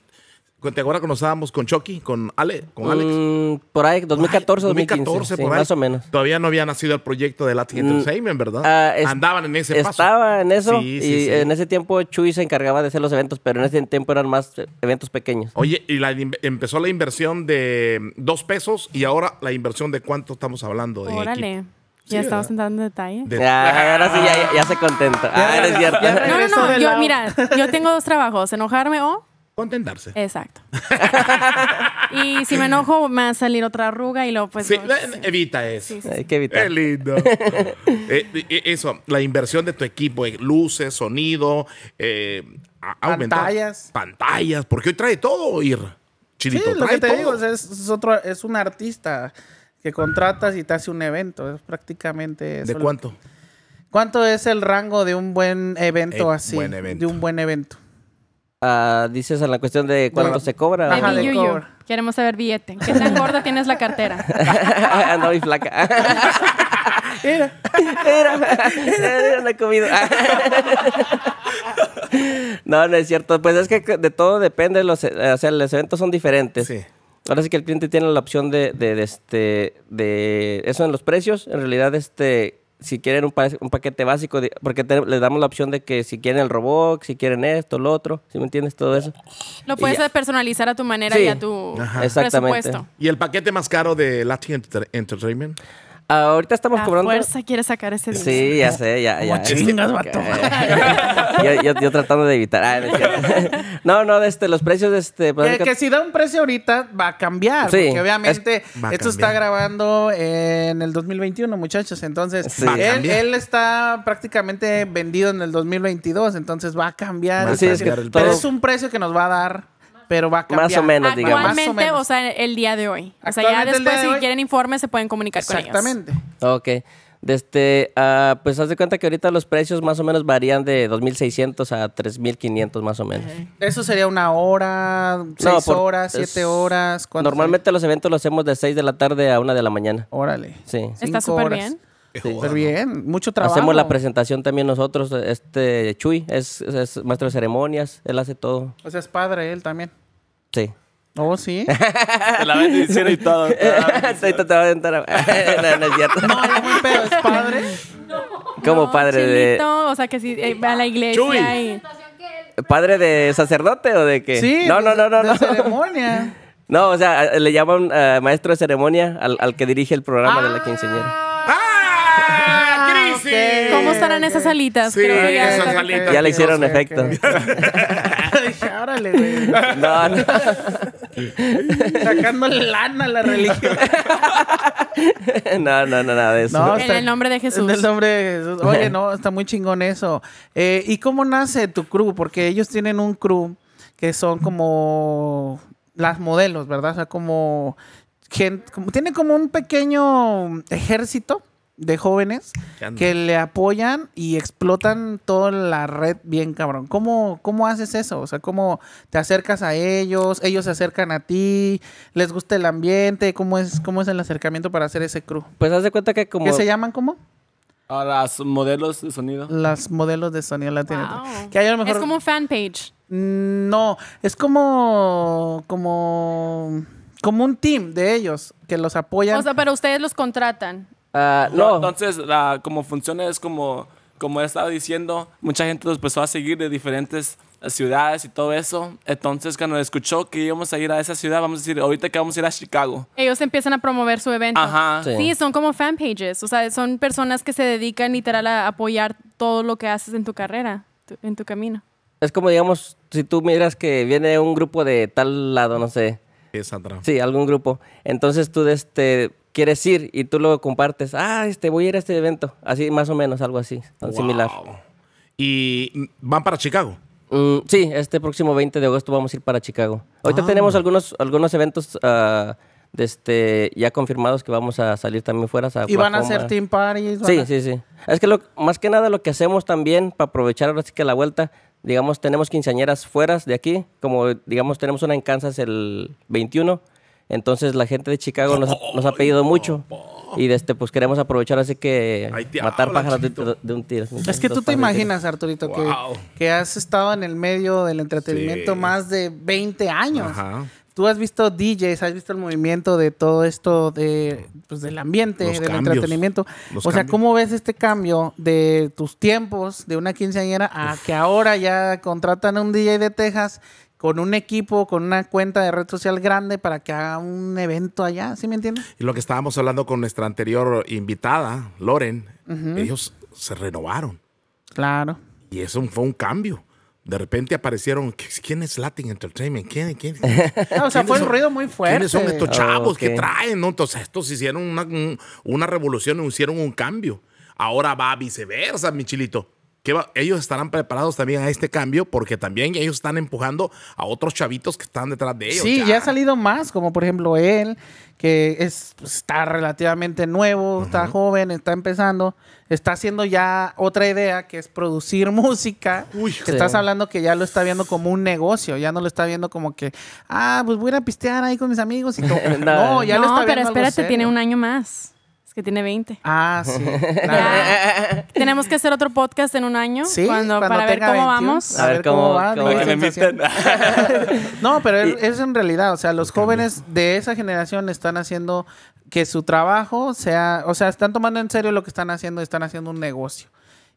Speaker 2: con- ¿Te acuerdas cuando estábamos con Chucky, con Ale, con Alex?
Speaker 5: Mm, por ahí, 2014, 2015.
Speaker 2: 2014,
Speaker 5: sí,
Speaker 2: por ahí.
Speaker 5: Más o menos.
Speaker 2: Todavía no había nacido el proyecto de Latin
Speaker 5: Mm,
Speaker 2: Entertainment, ¿verdad?
Speaker 5: Ah, es-
Speaker 2: Andaban en ese paso.
Speaker 5: Estaba en eso
Speaker 2: Sí,
Speaker 5: y
Speaker 2: sí, sí.
Speaker 5: en ese tiempo Chuy se encargaba de hacer los eventos, pero en ese tiempo eran más eh, eventos pequeños.
Speaker 2: Oye, y la in- empezó la inversión de mm, dos pesos y ahora la inversión de cuánto estamos hablando. de
Speaker 1: Órale.
Speaker 2: equipo? Sí,
Speaker 1: Ya estamos
Speaker 2: ¿verdad?
Speaker 1: entrando en detalle.
Speaker 2: De-
Speaker 5: Ah, ahora sí, ya, ya- ya se contenta.
Speaker 3: Ya
Speaker 5: Ah, eres
Speaker 3: regresó,
Speaker 5: cierto.
Speaker 3: ya
Speaker 1: No, no,
Speaker 3: Regresó
Speaker 1: no.
Speaker 3: del
Speaker 1: Yo,
Speaker 3: lado.
Speaker 1: mira, yo tengo dos trabajos: enojarme o.
Speaker 2: Contentarse.
Speaker 1: Exacto. y si me enojo, me va a salir otra arruga y luego, pues.
Speaker 2: Sí,
Speaker 1: no, sí.
Speaker 2: eh, evita eso.
Speaker 1: Sí, sí.
Speaker 5: Hay que evitar.
Speaker 2: Es lindo. Eh, eh, eso, la inversión de tu equipo, eh, luces, sonido, eh, a- aumentar-
Speaker 3: Pantallas.
Speaker 2: Pantallas, porque hoy trae todo, Ir.
Speaker 3: Sí,
Speaker 2: Chilito,
Speaker 3: lo
Speaker 2: trae
Speaker 3: que te
Speaker 2: todo.
Speaker 3: digo, o sea, es, es otro, es un artista que contratas y te hace un evento, es prácticamente eso.
Speaker 2: ¿De cuánto?
Speaker 3: ¿Cuánto es el rango de un buen evento
Speaker 2: Eh,
Speaker 3: así?
Speaker 2: buen evento.
Speaker 3: De un buen evento.
Speaker 5: Ah, dices en la cuestión de cuánto
Speaker 3: Bueno,
Speaker 5: se cobra.
Speaker 3: Ajá,
Speaker 1: Baby
Speaker 3: de
Speaker 1: Yuyu,
Speaker 3: cover.
Speaker 1: Queremos saber billete. ¿Qué tan gorda tienes la cartera?
Speaker 5: Ando muy flaca. Era. Era. Era, no he comido. No, no es cierto. Pues es que de todo depende. Los, eh, o sea, los eventos son diferentes.
Speaker 2: Sí.
Speaker 5: Ahora sí que el cliente tiene la opción de, de, de este, de eso en los precios. En realidad, este, si quieren un, pa- un paquete básico, de- porque te- les damos la opción de que si quieren el robot, si quieren esto, lo otro, si me entiendes, todo eso.
Speaker 1: Lo puedes
Speaker 5: ya.
Speaker 1: personalizar a tu manera
Speaker 5: Sí.
Speaker 1: y a tu
Speaker 5: Ajá. Exactamente.
Speaker 1: presupuesto.
Speaker 2: ¿Y el paquete más caro de Latin Enter- Entertainment?
Speaker 5: Ahorita estamos
Speaker 1: La
Speaker 5: cobrando.
Speaker 1: fuerza quiere sacar ese dinero.
Speaker 5: Sí, ya sé, ya, ya.
Speaker 3: Como chingas, vato.
Speaker 5: yo, yo- yo tratando de evitar. Ah, no, es cierto. no, no, este, los precios, este, pues,
Speaker 3: Que, que si da un precio ahorita, va a cambiar.
Speaker 5: Sí,
Speaker 3: porque obviamente
Speaker 2: Va a
Speaker 3: esto está
Speaker 2: cambiar.
Speaker 3: grabando en el 2021, muchachos. Entonces,
Speaker 5: Sí. Va a
Speaker 3: él,
Speaker 2: cambiar.
Speaker 3: él está prácticamente vendido en el 2022. Entonces, va a cambiar.
Speaker 2: Va a
Speaker 5: Sí, es que
Speaker 2: cambiar el
Speaker 3: pero
Speaker 5: todo-
Speaker 3: es un precio que nos va a dar, pero va a cambiar.
Speaker 5: Más o menos, digamos.
Speaker 3: Más o
Speaker 1: Actualmente,
Speaker 3: menos.
Speaker 1: o sea, el día de hoy. O sea, ya
Speaker 3: Actualmente,
Speaker 1: después,
Speaker 3: el día de
Speaker 1: si
Speaker 3: hoy.
Speaker 1: quieren informes, se pueden comunicar con ellos.
Speaker 3: Exactamente.
Speaker 5: Ok. Desde, ah, pues haz de cuenta que ahorita los precios más o menos varían de 2.600 a 3.500 más o menos.
Speaker 3: Eso sería una hora,
Speaker 5: No,
Speaker 3: seis
Speaker 5: por-
Speaker 3: horas,
Speaker 5: es-
Speaker 3: siete horas. ¿cuántas
Speaker 5: Normalmente los eventos los hacemos de 6 de la tarde a 1 de la mañana.
Speaker 3: horas? Órale.
Speaker 5: Sí.
Speaker 1: Está
Speaker 3: Cinco
Speaker 1: súper
Speaker 3: horas.
Speaker 1: bien.
Speaker 3: Súper bien. Mucho trabajo.
Speaker 5: Hacemos la presentación también nosotros. Este Chuy es, es- es maestro de ceremonias, él hace todo.
Speaker 3: O sea, es padre él también.
Speaker 5: Sí.
Speaker 3: Oh, sí.
Speaker 4: Te la bendición y todo. te la bendición.
Speaker 5: Ahorita te va a aventar a- no, no es cierto.
Speaker 3: No, era muy pedo, es padre.
Speaker 5: Como
Speaker 1: No,
Speaker 5: padre de
Speaker 1: chinito, O sea, que si eh, va a la iglesia
Speaker 2: Chuy.
Speaker 1: y...
Speaker 5: padre de sacerdote o de qué?
Speaker 3: Sí.
Speaker 5: no, no, no, no,
Speaker 3: de
Speaker 5: no.
Speaker 3: ceremonia.
Speaker 5: No, o sea, le llaman eh, maestro de ceremonia al, al que dirige el programa de la quinceañera.
Speaker 2: ¡Ah! ¡Crisis!
Speaker 3: ok.
Speaker 1: ¿Cómo estarán esas alitas?
Speaker 2: Sí,
Speaker 1: Creo que ya
Speaker 2: esas
Speaker 1: está-
Speaker 2: alitas.
Speaker 5: Ya le hicieron
Speaker 3: Ok, ok,
Speaker 5: efecto.
Speaker 3: ok. Dije, órale, güey.
Speaker 5: No, no.
Speaker 3: Sacándole lana a la religión.
Speaker 5: No, no, no, nada de eso.
Speaker 3: No,
Speaker 1: En el nombre de Jesús.
Speaker 3: En el nombre de Jesús. Oye, no, está muy chingón eso. Eh, ¿Y cómo nace tu crew? Porque ellos tienen un crew que son como las modelos, ¿verdad? O sea, como, gente, como tienen como un pequeño ejército de jóvenes
Speaker 2: Que andan.
Speaker 3: que le apoyan y explotan toda la red bien cabrón. ¿Cómo, ¿Cómo haces eso? O sea, ¿cómo te acercas a ellos? ¿Ellos se acercan a ti? ¿Les gusta el ambiente? ¿Cómo es, cómo es el acercamiento para hacer ese crew?
Speaker 5: Pues haz de cuenta que como...
Speaker 3: ¿Qué se llaman cómo?
Speaker 4: A Ah, las modelos de sonido.
Speaker 3: Las modelos de Sonia Latina.
Speaker 1: Wow.
Speaker 3: Que hay a lo mejor. Mm,
Speaker 1: Es como un fan page.
Speaker 3: No, es como. Como. Como un team de ellos que los apoyan.
Speaker 1: O sea, pero ustedes los contratan.
Speaker 5: Ah,
Speaker 4: No,
Speaker 5: no,
Speaker 4: entonces, la, como funciona es como, como he estado diciendo, mucha gente nos empezó a seguir de diferentes eh, ciudades y todo eso. Entonces, cuando escuchó que íbamos a ir a esa ciudad, vamos a decir, ahorita que vamos a ir a Chicago.
Speaker 1: Ellos empiezan a promover su evento.
Speaker 4: Ajá.
Speaker 5: Sí.
Speaker 1: Sí, son como fan pages. O sea, son personas que se dedican literal a apoyar todo lo que haces en tu carrera, tu- en tu camino.
Speaker 5: es como digamos, si tú miras que viene un grupo de tal lado, no sé,
Speaker 2: Esa trampa.
Speaker 5: Sí, algún grupo. Entonces tú de este, quieres ir y tú lo compartes. Ah, este, voy a ir a este evento. Así, más o menos, algo así, tan similar.
Speaker 2: Wow. Y mm, van para Chicago.
Speaker 5: Mm, sí, este próximo 20 de agosto vamos a ir para Chicago.
Speaker 3: Ah.
Speaker 5: Ahorita tenemos algunos, algunos eventos ah, de este, ya confirmados que vamos a salir también fuera. a
Speaker 3: y van a
Speaker 5: Oklahoma.
Speaker 3: hacer team parties. van
Speaker 5: Sí,
Speaker 3: a-
Speaker 5: sí, sí. Es que lo, más que nada lo que hacemos también para aprovechar ahora sí que la vuelta, digamos, tenemos quinceañeras fueras de aquí, como digamos tenemos una en Kansas el 21, entonces la gente de Chicago nos, nos ha pedido mucho y desde pues queremos aprovechar así que
Speaker 2: Ahí te
Speaker 5: matar
Speaker 2: habla,
Speaker 5: pájaros de,
Speaker 2: chiquito.
Speaker 5: de- de un tiro.
Speaker 3: Es que tú te
Speaker 5: Dos pájaros de un tiro.
Speaker 3: imaginas, Arturito, que,
Speaker 2: Wow.
Speaker 3: que has estado en el medio del entretenimiento
Speaker 2: Sí.
Speaker 3: más de 20 años.
Speaker 2: Ajá.
Speaker 3: Tú has visto DJs, has visto el movimiento de todo esto de, pues, del ambiente,
Speaker 2: Los
Speaker 3: del
Speaker 2: cambios.
Speaker 3: entretenimiento.
Speaker 2: Los
Speaker 3: o sea,
Speaker 2: cambios.
Speaker 3: ¿cómo ves este cambio de tus tiempos de una quinceañera a que ahora ya contratan a un DJ de Texas con un equipo, con una cuenta de red social grande para que haga un evento allá? ¿Sí me entiendes?
Speaker 2: Y lo que estábamos hablando con nuestra anterior invitada, Loren, ellos se renovaron.
Speaker 3: Claro.
Speaker 2: Y eso fue un cambio. De repente aparecieron, "¿Qui- ¿quién es Latin Entertainment? ¿Quién, quién,
Speaker 3: Ah, o sea, fue un ruido muy fuerte.
Speaker 2: ¿Quiénes son estos chavos
Speaker 5: ok.
Speaker 2: que traen? ¿no? Entonces, estos hicieron una, un- una revolución, hicieron un cambio. Ahora va viceversa, mi chilito. ¿Qué va? Ellos estarán preparados también a este cambio porque también ellos están empujando a otros chavitos que están detrás de ellos.
Speaker 3: Sí, ya ha salido más, como por ejemplo él, que es, pues, está relativamente nuevo, está joven, está empezando, está haciendo ya otra idea que es producir música.
Speaker 2: Uy.
Speaker 3: que
Speaker 5: Sí.
Speaker 3: Estás hablando que ya lo está viendo como un negocio, ya no lo está viendo como que, ah, pues voy a ir a pistear ahí con mis amigos y todo. no,
Speaker 5: No.
Speaker 3: ya
Speaker 1: no,
Speaker 3: lo está viendo.
Speaker 1: pero
Speaker 3: algo
Speaker 1: espérate,
Speaker 3: serio.
Speaker 1: tiene un año más. Es que tiene 20.
Speaker 3: Ah, sí. claro.
Speaker 1: Ya. Tenemos que hacer otro podcast en un año
Speaker 3: Sí,
Speaker 1: cuando, para ver
Speaker 3: tenga
Speaker 1: cómo
Speaker 3: 21,
Speaker 1: vamos.
Speaker 5: A ver cómo- cómo-
Speaker 3: diga
Speaker 5: Para
Speaker 4: que me
Speaker 3: sensación.
Speaker 4: inviten.
Speaker 3: No, pero es, es en realidad, o sea, los jóvenes de esa generación están haciendo que su trabajo sea, o sea, están tomando en serio lo que están haciendo, están haciendo un negocio.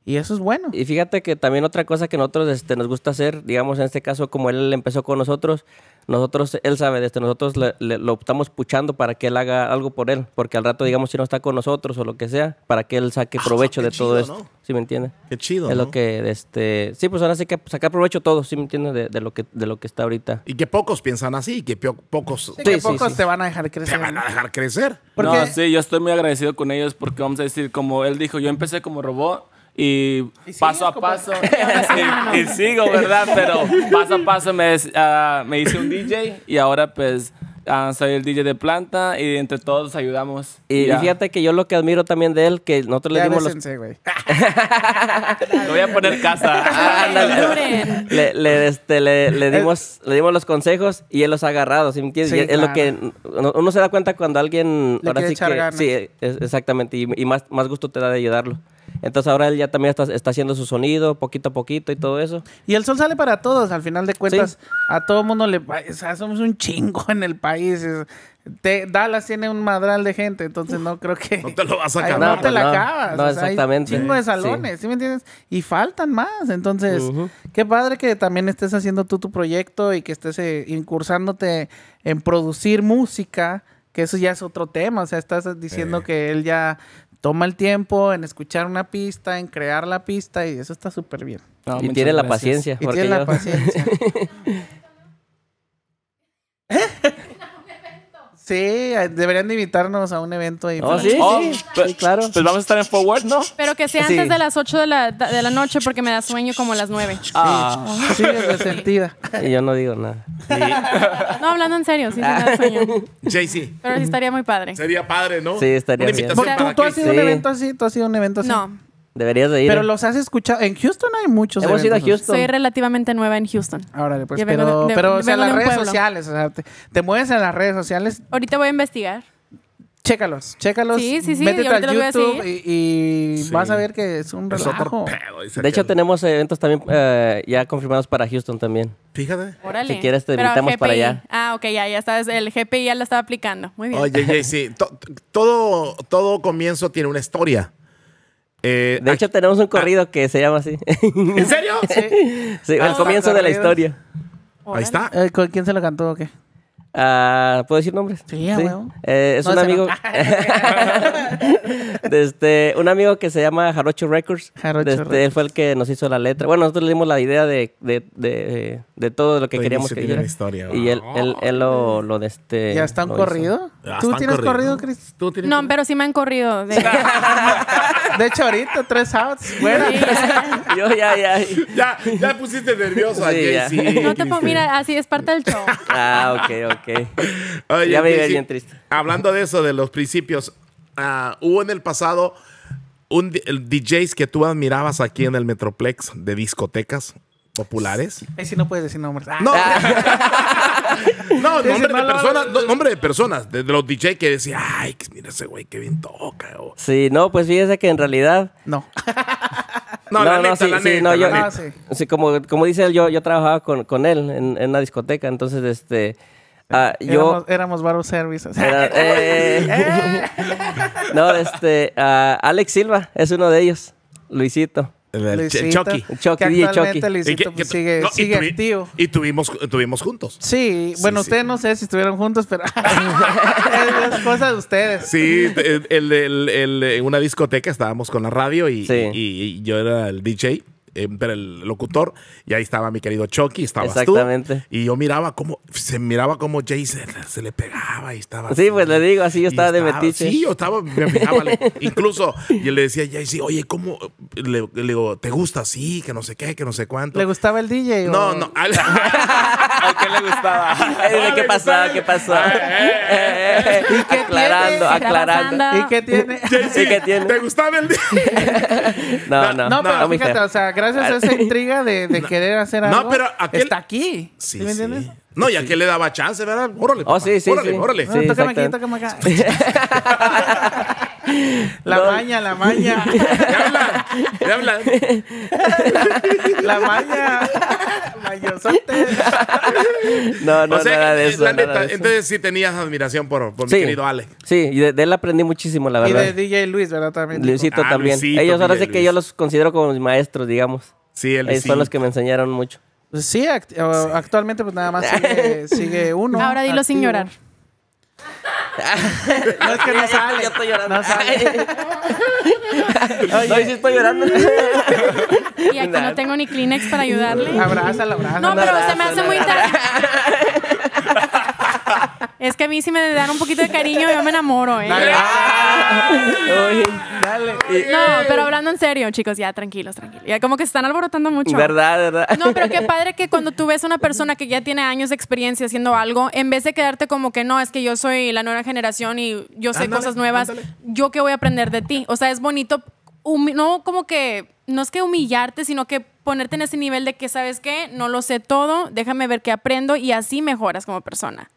Speaker 3: Y eso es bueno.
Speaker 5: Y fíjate que también otra cosa que nosotros este, nos gusta hacer, digamos en este caso como él empezó con nosotros, nosotros, él sabe, este, nosotros le- le- lo estamos puchando para que él haga algo por él, porque al rato digamos si no está con nosotros o lo que sea, para que él saque provecho
Speaker 2: Ah, qué
Speaker 5: de todo
Speaker 2: chido,
Speaker 5: esto,
Speaker 2: ¿no?
Speaker 5: ¿sí me entiendes?
Speaker 2: Qué chido.
Speaker 5: Es
Speaker 2: ¿no?
Speaker 5: lo que, este, sí, pues ahora sí que sacar provecho todo, ¿sí me entiendes? De, de lo que, de lo que está ahorita.
Speaker 2: Y que pocos piensan así, y que pio- pocos
Speaker 3: Sí,
Speaker 5: Sí,
Speaker 3: que
Speaker 5: sí,
Speaker 3: pocos
Speaker 5: sí.
Speaker 3: te van a dejar
Speaker 2: te
Speaker 3: crecer.
Speaker 2: van a dejar crecer.
Speaker 3: Porque
Speaker 4: No, sí, yo estoy muy agradecido con ellos porque vamos a decir, como él dijo, yo empecé como robot y,
Speaker 3: Y sigues,
Speaker 4: paso a
Speaker 3: compadre.
Speaker 4: paso y, y sigo, ¿verdad? Pero paso a paso me, des- ah, me hice un DJ y ahora pues ah, soy el DJ de planta y entre todos ayudamos.
Speaker 5: Y, y
Speaker 4: Ya.
Speaker 5: fíjate que yo lo que admiro también de él, que nosotros le
Speaker 3: ya
Speaker 5: dimos los,
Speaker 3: bésense, güey.
Speaker 4: Te voy a poner casa. Ah,
Speaker 5: Ándale.
Speaker 1: Duren.
Speaker 5: le, le, este, le, le dimos, le dimos los consejos y él los ha agarrado, ¿sí me entiendes?
Speaker 3: Sí,
Speaker 5: Y es
Speaker 3: claro.
Speaker 5: lo que uno, uno se da cuenta cuando alguien...
Speaker 3: Le quiere echar ganas.
Speaker 5: Sí, es- exactamente, y, y más, más gusto te da de ayudarlo. Entonces ahora él ya también está, está haciendo su sonido poquito a poquito y todo eso.
Speaker 3: Y el sol sale para todos, al final de cuentas. A todo mundo le. O sea, somos un chingo en el país. es- te- Dallas tiene un madral de gente, entonces no creo que.
Speaker 2: No te lo vas a
Speaker 3: Ay,
Speaker 2: acabar.
Speaker 3: no
Speaker 5: No,
Speaker 3: te la
Speaker 5: no,
Speaker 3: acabas.
Speaker 5: no,
Speaker 3: o sea, hay
Speaker 5: exactamente.
Speaker 3: chingo de
Speaker 5: Sí.
Speaker 3: salones, ¿sí me entiendes? Y faltan más. Entonces,
Speaker 5: Ujú.
Speaker 3: qué padre que también estés haciendo tú tu proyecto y que estés eh, incursándote en producir música, que eso ya es otro tema. O sea, estás diciendo
Speaker 2: Eh.
Speaker 3: que él ya toma el tiempo en escuchar una pista, en crear la pista y eso está súper bien.
Speaker 4: No, Ah,
Speaker 5: y
Speaker 4: muchas
Speaker 5: tiene la
Speaker 4: gracias.
Speaker 5: paciencia.
Speaker 3: Y
Speaker 5: porque
Speaker 3: tiene la
Speaker 5: yo-
Speaker 3: paciencia. ¿Eh? Sí, deberían de invitarnos a un evento ahí.
Speaker 5: Oh, sí,
Speaker 4: Oh,
Speaker 5: sí,
Speaker 4: pe-
Speaker 5: sí, claro.
Speaker 4: Pues vamos a estar en Forward, ¿no?
Speaker 1: Pero que sea
Speaker 5: Sí.
Speaker 1: antes de las 8 de la, de la noche porque me da sueño como a las 9.
Speaker 4: Ah,
Speaker 3: Sí, resentida.
Speaker 5: Y yo no digo nada.
Speaker 1: No, hablando en serio, sí, sí me da sueño.
Speaker 2: Jay-Z,
Speaker 1: Pero sí estaría muy padre.
Speaker 2: sería padre, ¿no?
Speaker 5: Sí, estaría
Speaker 2: Una
Speaker 5: bien.
Speaker 2: invitación
Speaker 3: Por-
Speaker 1: Mira,
Speaker 2: para
Speaker 3: ¿Tú, tú has
Speaker 2: que-
Speaker 3: ido a un
Speaker 5: Sí.
Speaker 3: evento así, tú has ido a un evento así.
Speaker 1: No,
Speaker 5: Deberías de ir.
Speaker 3: Pero
Speaker 5: ¿eh?
Speaker 3: los has escuchado. En Houston hay muchos.
Speaker 5: Hemos ido a
Speaker 3: eventos.
Speaker 5: Houston.
Speaker 1: soy relativamente nueva en Houston.
Speaker 3: Órale, pues,
Speaker 1: Yo vengo
Speaker 3: pero,
Speaker 1: de- de-
Speaker 3: pero o sea,
Speaker 1: vengo de
Speaker 3: las
Speaker 1: un
Speaker 3: redes
Speaker 1: pueblo.
Speaker 3: sociales, o sea, te, te mueves en las redes sociales,
Speaker 1: Ahorita voy a investigar.
Speaker 3: chécalos, chécalos.
Speaker 1: Sí, sí, sí,
Speaker 3: Métete
Speaker 1: ahorita
Speaker 3: al
Speaker 1: los voy a
Speaker 3: YouTube y,
Speaker 1: seguir.
Speaker 3: y
Speaker 2: Sí.
Speaker 3: vas a ver que es un
Speaker 2: Es otro
Speaker 3: relajo.
Speaker 2: pedo, dice
Speaker 5: De hecho,
Speaker 2: aquel.
Speaker 5: tenemos eventos también eh, ya confirmados para Houston también.
Speaker 2: Fíjate.
Speaker 1: Órale.
Speaker 5: Si quieres, te
Speaker 1: Pero
Speaker 5: invitamos para
Speaker 1: GPI.
Speaker 5: allá.
Speaker 1: Ah, ok, ya, ya sabes. El GPI ya lo estaba aplicando. Muy bien.
Speaker 2: Oye, Jay-Z, to- todo, todo comienzo tiene una historia. Eh,
Speaker 5: De hecho,
Speaker 2: aquí-
Speaker 5: tenemos un corrido que se llama así.
Speaker 2: ¿En serio?
Speaker 5: Sí, al
Speaker 3: Ah,
Speaker 5: comienzo de la
Speaker 3: corridos.
Speaker 5: historia.
Speaker 2: Ahí
Speaker 1: Órale.
Speaker 2: está.
Speaker 3: Eh, ¿con ¿Quién se lo cantó o qué?
Speaker 5: Ah, ¿Puedo decir nombres?
Speaker 3: Sí, a huevo.
Speaker 5: Eh, es
Speaker 3: No,
Speaker 5: un
Speaker 3: ese no.
Speaker 5: amigo. De este, un amigo que se llama Jarocho Records.
Speaker 3: Jarocho
Speaker 5: De este, Él
Speaker 3: Records.
Speaker 5: fue el que nos hizo la letra. Bueno, nosotros le dimos la idea de, de, de- de todo lo que
Speaker 2: Todo
Speaker 5: queríamos
Speaker 2: inicio
Speaker 5: que
Speaker 2: tiene una
Speaker 5: hiciera.
Speaker 2: historia, Oh,
Speaker 5: Y él,
Speaker 2: ¿no?
Speaker 5: él, él lo, lo de este.
Speaker 3: ¿Ya está un
Speaker 5: lo hizo. Ah,
Speaker 3: corrido?
Speaker 2: Ya
Speaker 3: ¿Tú
Speaker 2: están
Speaker 3: tienes corrido,
Speaker 2: corridos.
Speaker 3: Chris?
Speaker 2: ¿Tú tienes
Speaker 1: No, pero sí me han corrido. de-
Speaker 3: De hecho, ahorita tres outs, fuera.
Speaker 1: Sí, ya.
Speaker 5: Yo ya, ya.
Speaker 2: Ya, ya pusiste nervioso a
Speaker 5: Sí, ya.
Speaker 2: Jay-Z.
Speaker 1: No te puedo
Speaker 2: Cristian.
Speaker 1: mirar, así es parte del show.
Speaker 5: Ah, ok, ok.
Speaker 2: Oye,
Speaker 5: Ya me
Speaker 2: Jay-Z,
Speaker 5: ve bien triste.
Speaker 2: Hablando de eso, de los principios, ah, hubo en el pasado un di- el DJs que tú admirabas aquí en el Metroplex de discotecas populares.
Speaker 3: Ahí Eh, sí no puedes decir nombres. Ah,
Speaker 2: No, no,
Speaker 3: Sí, sí,
Speaker 2: nombre
Speaker 3: no,
Speaker 2: de
Speaker 3: no,
Speaker 2: personas,
Speaker 3: no.
Speaker 2: no, nombre de personas, de, de los DJ que decía, ay, mira ese güey que bien toca. o-
Speaker 5: Sí, no, pues fíjese que en realidad.
Speaker 3: No.
Speaker 2: No, la neta,
Speaker 5: sí,
Speaker 2: la
Speaker 5: sí,
Speaker 2: neta,
Speaker 5: no,
Speaker 2: la
Speaker 5: yo,
Speaker 2: neta.
Speaker 3: Ah, sí.
Speaker 5: sí, como, como dice él, yo, yo trabajaba con, con él en, en una discoteca, entonces, este, ah, yo...
Speaker 3: Éramos, éramos barro services.
Speaker 5: era- eh, no, este, ah, Alex Silva es uno de ellos, Luisito.
Speaker 2: El- el Ch- Chucky.
Speaker 5: Chucky,
Speaker 3: que
Speaker 5: DJ
Speaker 2: Y
Speaker 3: actualmente
Speaker 5: Chucky.
Speaker 2: que-
Speaker 3: Luisito,
Speaker 2: que-
Speaker 3: pues, sigue,
Speaker 2: no, y
Speaker 3: sigue
Speaker 2: tuvi-
Speaker 3: activo.
Speaker 2: Y tuvimos, tuvimos juntos.
Speaker 3: Sí, bueno,
Speaker 2: sí.
Speaker 3: ustedes no sé si estuvieron juntos, pero es, es cosa de ustedes.
Speaker 2: Sí, el- el- el- el- en una discoteca estábamos con la radio y,
Speaker 5: Sí.
Speaker 2: y- y yo era el DJ, eh, pero el locutor, y ahí estaba mi querido Chucky, estabas
Speaker 5: Exactamente.
Speaker 2: tú. Y yo miraba cómo, se miraba cómo Jay se, se le pegaba y estaba.
Speaker 5: Sí, pues le digo, así yo
Speaker 2: y
Speaker 5: estaba de metiche.
Speaker 2: Sí, yo estaba, me fijaba. le- incluso, y le decía a Jay, sí, oye, ¿cómo? Le, le digo, ¿te gusta así? Que no sé qué, que no sé cuánto.
Speaker 3: ¿Le gustaba el DJ? o-
Speaker 2: no, no. al-
Speaker 4: ¿A quién le gustaba?
Speaker 5: Ay, dime, ¿Qué pasó? ¿Qué pasó?
Speaker 2: eh.
Speaker 5: aclarando,
Speaker 1: tiene?
Speaker 5: aclarando.
Speaker 1: Trabajando.
Speaker 3: ¿Y qué tiene?
Speaker 5: Sí, ¿qué tiene?
Speaker 2: ¿Te gustaba el
Speaker 5: No, no,
Speaker 3: No, pero
Speaker 5: muy
Speaker 3: fíjate,
Speaker 5: feo.
Speaker 3: o sea, gracias a esa intriga de, de querer hacer
Speaker 2: Ah, No,
Speaker 3: algo,
Speaker 2: pero aquel-
Speaker 3: está aquí.
Speaker 2: Sí,
Speaker 3: ¿Sí, me
Speaker 2: sí.
Speaker 3: entiendes?
Speaker 2: No, ya que le daba chance, ¿verdad? Órale.
Speaker 5: Oh, sí, sí,
Speaker 2: órale,
Speaker 5: sí.
Speaker 2: órale.
Speaker 3: No, tócame aquí, tócame
Speaker 5: exactamente.
Speaker 3: acá. La maña, la maña.
Speaker 2: Ya hablan, ya hablan.
Speaker 3: La maña. Mayosote.
Speaker 5: No, no,
Speaker 2: o sea,
Speaker 5: nada de
Speaker 2: eh,
Speaker 5: eso.
Speaker 2: la
Speaker 5: nada
Speaker 2: neta,
Speaker 5: de eso.
Speaker 2: entonces sí tenías admiración por, por
Speaker 5: sí,
Speaker 2: mi querido Alex.
Speaker 5: Sí, y de, de él aprendí muchísimo, la
Speaker 3: Y de
Speaker 5: verdad.
Speaker 3: DJ Luis, ¿verdad? También.
Speaker 5: Luisito
Speaker 2: Ah,
Speaker 5: también.
Speaker 2: Luisito,
Speaker 5: Ellos ahora
Speaker 2: DJ
Speaker 5: sé que yo
Speaker 2: Luis.
Speaker 5: los considero como mis maestros, digamos.
Speaker 2: Sí, él
Speaker 5: Ellos son los que me enseñaron mucho.
Speaker 3: Pues sí, act- o- actualmente pues nada más sigue, sigue uno.
Speaker 1: Ahora dilo sin
Speaker 3: activo.
Speaker 1: llorar.
Speaker 3: No, es que no sale.
Speaker 5: Yo estoy llorando.
Speaker 3: No sale.
Speaker 5: No, sí estoy llorando.
Speaker 1: Y aquí no tengo ni Kleenex para ayudarle.
Speaker 3: Ah, Abrázala, abrázala.
Speaker 1: No, pero se me
Speaker 5: abrazo,
Speaker 1: hace muy interesante. Es que a mí si me dan un poquito de cariño yo me enamoro, ¿eh?
Speaker 3: Dale,
Speaker 5: Uy,
Speaker 3: dale.
Speaker 1: No, pero hablando en serio, chicos, ya tranquilos, tranquilos. Ya como que se están alborotando mucho.
Speaker 5: verdad, verdad.
Speaker 1: No, pero qué padre que cuando tú ves a una persona que ya tiene años de experiencia haciendo algo, en vez de quedarte como que no, es que yo soy la nueva generación y yo sé
Speaker 2: Ándale,
Speaker 1: cosas nuevas,
Speaker 2: ándale.
Speaker 1: yo qué voy a aprender de ti. O sea, es bonito, humi- no como que, no es que humillarte, sino que ponerte en ese nivel de que, ¿sabes qué? No lo sé todo, déjame ver qué aprendo y así mejoras como persona.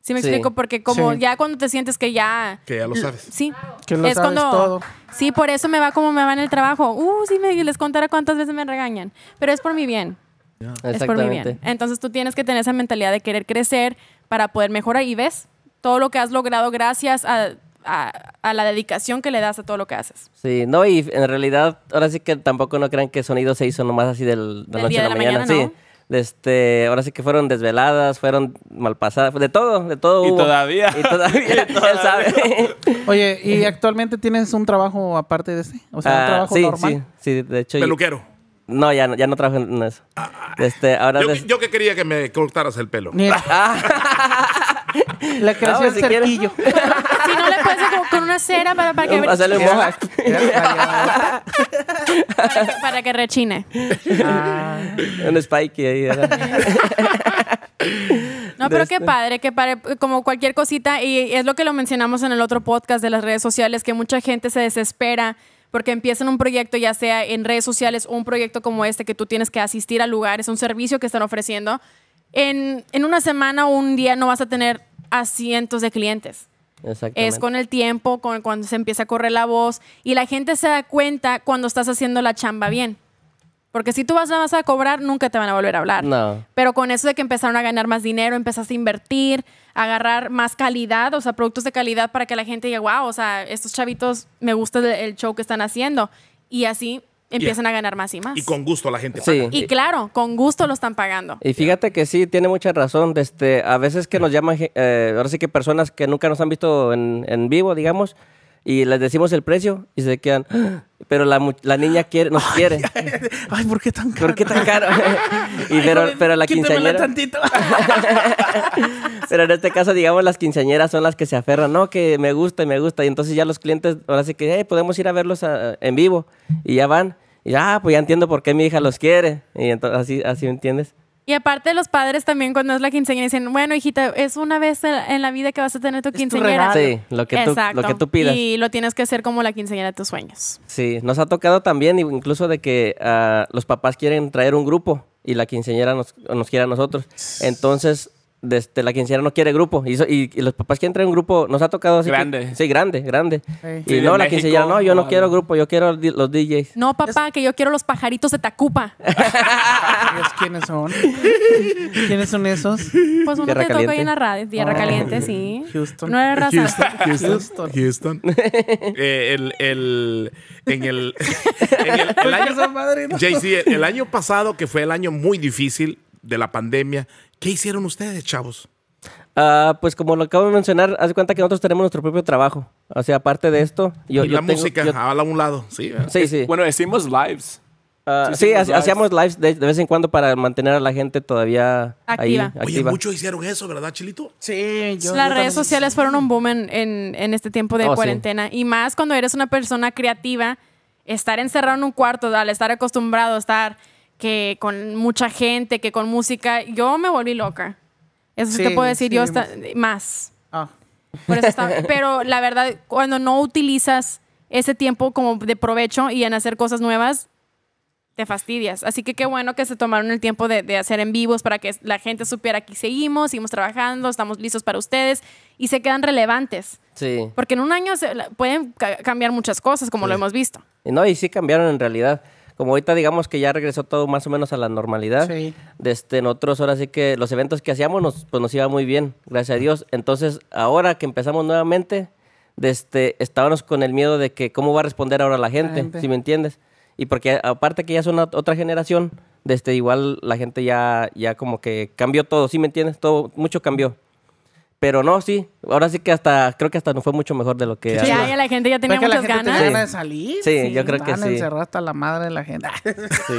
Speaker 1: ¿Sí me
Speaker 5: Sí.
Speaker 1: explico? Porque como
Speaker 3: Sí.
Speaker 1: ya cuando te sientes que ya...
Speaker 2: Que ya lo sabes.
Speaker 1: Sí.
Speaker 3: Que lo sabes todo.
Speaker 1: Sí, por eso me va como me va en el trabajo. Uh, sí, me, les contara cuántas veces me regañan. Pero es por mi bien. ¿eh? Es por mi bien. Entonces tú tienes que tener esa mentalidad de querer crecer para poder mejorar. Y ves todo lo que has logrado gracias a, a- a la dedicación que le das a todo lo que haces.
Speaker 5: Sí, no, y en realidad, ahora sí que tampoco no crean que Sonido se hizo nomás así del,
Speaker 1: Del
Speaker 5: de la noche
Speaker 1: día
Speaker 5: a la,
Speaker 1: de la
Speaker 5: mañana,
Speaker 1: mañana,
Speaker 5: sí. Este, ahora sí que fueron desveladas, fueron malpasadas, de todo, de todo
Speaker 4: Y
Speaker 5: hubo.
Speaker 4: todavía.
Speaker 5: Y todavía, él sabe.
Speaker 3: Oye, ¿y actualmente tienes un trabajo aparte de este? O sea, un
Speaker 5: Ah,
Speaker 3: trabajo
Speaker 5: sí,
Speaker 3: normal.
Speaker 5: sí, sí, de hecho. yo-
Speaker 2: Peluquero.
Speaker 5: no, ya, no- ya no trabajo en eso. Este, ahora...
Speaker 2: Yo,
Speaker 5: des-
Speaker 2: yo que quería que me cortaras el pelo.
Speaker 3: Ni- Le creció
Speaker 5: pues,
Speaker 3: el
Speaker 5: si quieres.
Speaker 3: cerquillo.
Speaker 1: Si no le puedes hacer como con una cera para, para, que,
Speaker 5: Hacerle
Speaker 1: para,
Speaker 5: moja.
Speaker 1: que, para que rechine.
Speaker 5: Un spike ahí. ¿verdad?
Speaker 1: No, pero
Speaker 5: Desde-
Speaker 1: qué padre, qué padre, como cualquier cosita, y es lo que lo mencionamos en el otro podcast de las redes sociales, que mucha gente se desespera porque empiezan un proyecto, ya sea en redes sociales o un proyecto como este, que tú tienes que asistir a lugares, un servicio que están ofreciendo. En, en una semana o un día no vas a tener a cientos de clientes.
Speaker 5: Exactamente.
Speaker 1: Es con el tiempo, con cuando se empieza a correr la voz y la gente se da cuenta cuando estás haciendo la chamba bien. Porque si tú vas nada más a cobrar, nunca te van a volver a hablar.
Speaker 5: No.
Speaker 1: Pero con eso de que empezaron a ganar más dinero, empezaste a invertir, a agarrar más calidad, o sea, productos de calidad para que la gente diga, wow, o sea, estos chavitos me gusta el, el show que están haciendo. Y así empiezan a ganar más y más.
Speaker 2: Y con gusto la gente.
Speaker 5: Sí.
Speaker 2: paga.
Speaker 1: Y claro, con gusto lo están pagando.
Speaker 5: Y fíjate que sí, tiene mucha razón. Este, a veces que nos llaman, ge- eh, ahora sí que personas que nunca nos han visto en, en vivo, digamos, y les decimos el precio y se quedan, "Ah", pero la, mu- la niña quiere, nos quiere.
Speaker 3: Ay, ¿por qué tan caro?
Speaker 5: ¿Por qué tan caro? y
Speaker 3: Ay,
Speaker 5: pero,
Speaker 3: joven,
Speaker 5: pero la
Speaker 3: quítemela
Speaker 5: quinceañera,
Speaker 3: tantito.
Speaker 5: pero en este caso, digamos, las quinceañeras son las que se aferran, no, que me gusta y me gusta. Y entonces ya los clientes, ahora sí que, "Hey, podemos ir a verlos a- en vivo. Y ya van. Y ah, pues ya entiendo por qué mi hija los quiere. Y entonces así, así ¿me entiendes.
Speaker 1: Y aparte los padres también cuando es la quinceañera dicen, bueno, hijita, es una vez en en la vida que vas a tener tu quinceañera.
Speaker 5: regalo. Sí, lo que tú- lo que tú pidas.
Speaker 1: Y lo tienes que hacer como la quinceañera de tus sueños.
Speaker 5: Sí, nos ha tocado también incluso de que ah, los papás quieren traer un grupo y la quinceañera nos, nos quiere a nosotros. Entonces, desde la quinceañera no quiere grupo y, so- y- y los papás quieren traer un grupo. Nos ha tocado así. que-
Speaker 4: Grande.
Speaker 5: sí, grande, grande.
Speaker 3: Sí.
Speaker 5: Y
Speaker 4: Sí, de
Speaker 5: no, la
Speaker 4: México,
Speaker 5: quinceañera, no, yo no
Speaker 4: o
Speaker 5: quiero
Speaker 4: algo.
Speaker 5: grupo, yo quiero di- los DJs.
Speaker 1: No, papá, que yo quiero los pajaritos de Tacupa.
Speaker 3: Dios, ¿quiénes son? ¿Quiénes son esos?
Speaker 1: Pues uno
Speaker 5: Tierra
Speaker 1: te toca ahí
Speaker 5: caliente.
Speaker 1: en la radio, Tierra
Speaker 3: Oh.
Speaker 1: Caliente, sí.
Speaker 3: Houston.
Speaker 1: No era raza.
Speaker 3: Houston.
Speaker 2: Houston. Eh, el, el, en el, en el,
Speaker 3: Pues
Speaker 2: el año, JC, el, el año pasado, que fue el año muy difícil de la pandemia, ¿qué hicieron ustedes, chavos?
Speaker 5: Ah, pues como lo acabo de mencionar, haz de cuenta que nosotros tenemos nuestro propio trabajo. O sea, aparte de esto, yo,
Speaker 2: y
Speaker 5: yo
Speaker 2: la
Speaker 5: tengo-
Speaker 2: música,
Speaker 5: yo-
Speaker 2: a la- a un lado, sí. ¿verdad?
Speaker 5: sí, sí.
Speaker 4: Bueno, decimos lives.
Speaker 5: Ah,
Speaker 4: sí
Speaker 5: sí,
Speaker 4: hicimos
Speaker 5: hace-
Speaker 4: lives.
Speaker 5: hacíamos lives de, de vez en cuando para mantener a la gente todavía ahí
Speaker 1: Activa.
Speaker 5: activa.
Speaker 2: Oye, muchos hicieron eso, ¿verdad, Chilito?
Speaker 3: Sí, yo.
Speaker 1: Las redes
Speaker 3: yo también.
Speaker 1: sociales fueron un boom en, en- en este tiempo de
Speaker 5: Oh, sí.
Speaker 1: cuarentena. Y más cuando eres una persona creativa, estar encerrado en un cuarto, al estar acostumbrado a estar que con mucha gente, que con música, yo me volví loca. Eso sí, te
Speaker 3: Sí,
Speaker 1: puedo decir,
Speaker 3: sí,
Speaker 1: yo hasta- más.
Speaker 3: Ah.
Speaker 1: Por eso está- pero la verdad, cuando no utilizas ese tiempo como de provecho y en hacer cosas nuevas, te fastidias. Así que qué bueno que se tomaron el tiempo de, de hacer en vivos para que la gente supiera que seguimos, seguimos trabajando, estamos listos para ustedes y se quedan relevantes.
Speaker 5: Sí.
Speaker 1: Porque en un año se- la- pueden ca- cambiar muchas cosas, como lo hemos visto.
Speaker 5: Y No, y sí cambiaron en realidad. Como ahorita digamos que ya regresó todo más o menos a la normalidad.
Speaker 3: Sí.
Speaker 5: Desde nosotros ahora sí que los eventos que hacíamos nos, pues nos iba muy bien, gracias a Dios. Entonces, ahora que empezamos nuevamente, desde, estábamos con el miedo de que cómo va a responder ahora la gente,
Speaker 3: gente.
Speaker 5: si me entiendes. Y porque aparte que ya son una- otra generación, desde igual la gente ya, ya como que cambió todo, ¿sí me entiendes? Todo, mucho cambió. Pero no, sí, ahora sí que hasta, creo que hasta nos fue mucho mejor de lo que...
Speaker 1: Ya, ya la gente ya tenía
Speaker 3: Porque
Speaker 1: muchas
Speaker 3: la gente
Speaker 1: ganas.
Speaker 3: tenía ganas de salir.
Speaker 5: Sí, yo creo que
Speaker 3: Van
Speaker 5: sí.
Speaker 3: encerrado hasta la madre de la gente.
Speaker 5: Sí.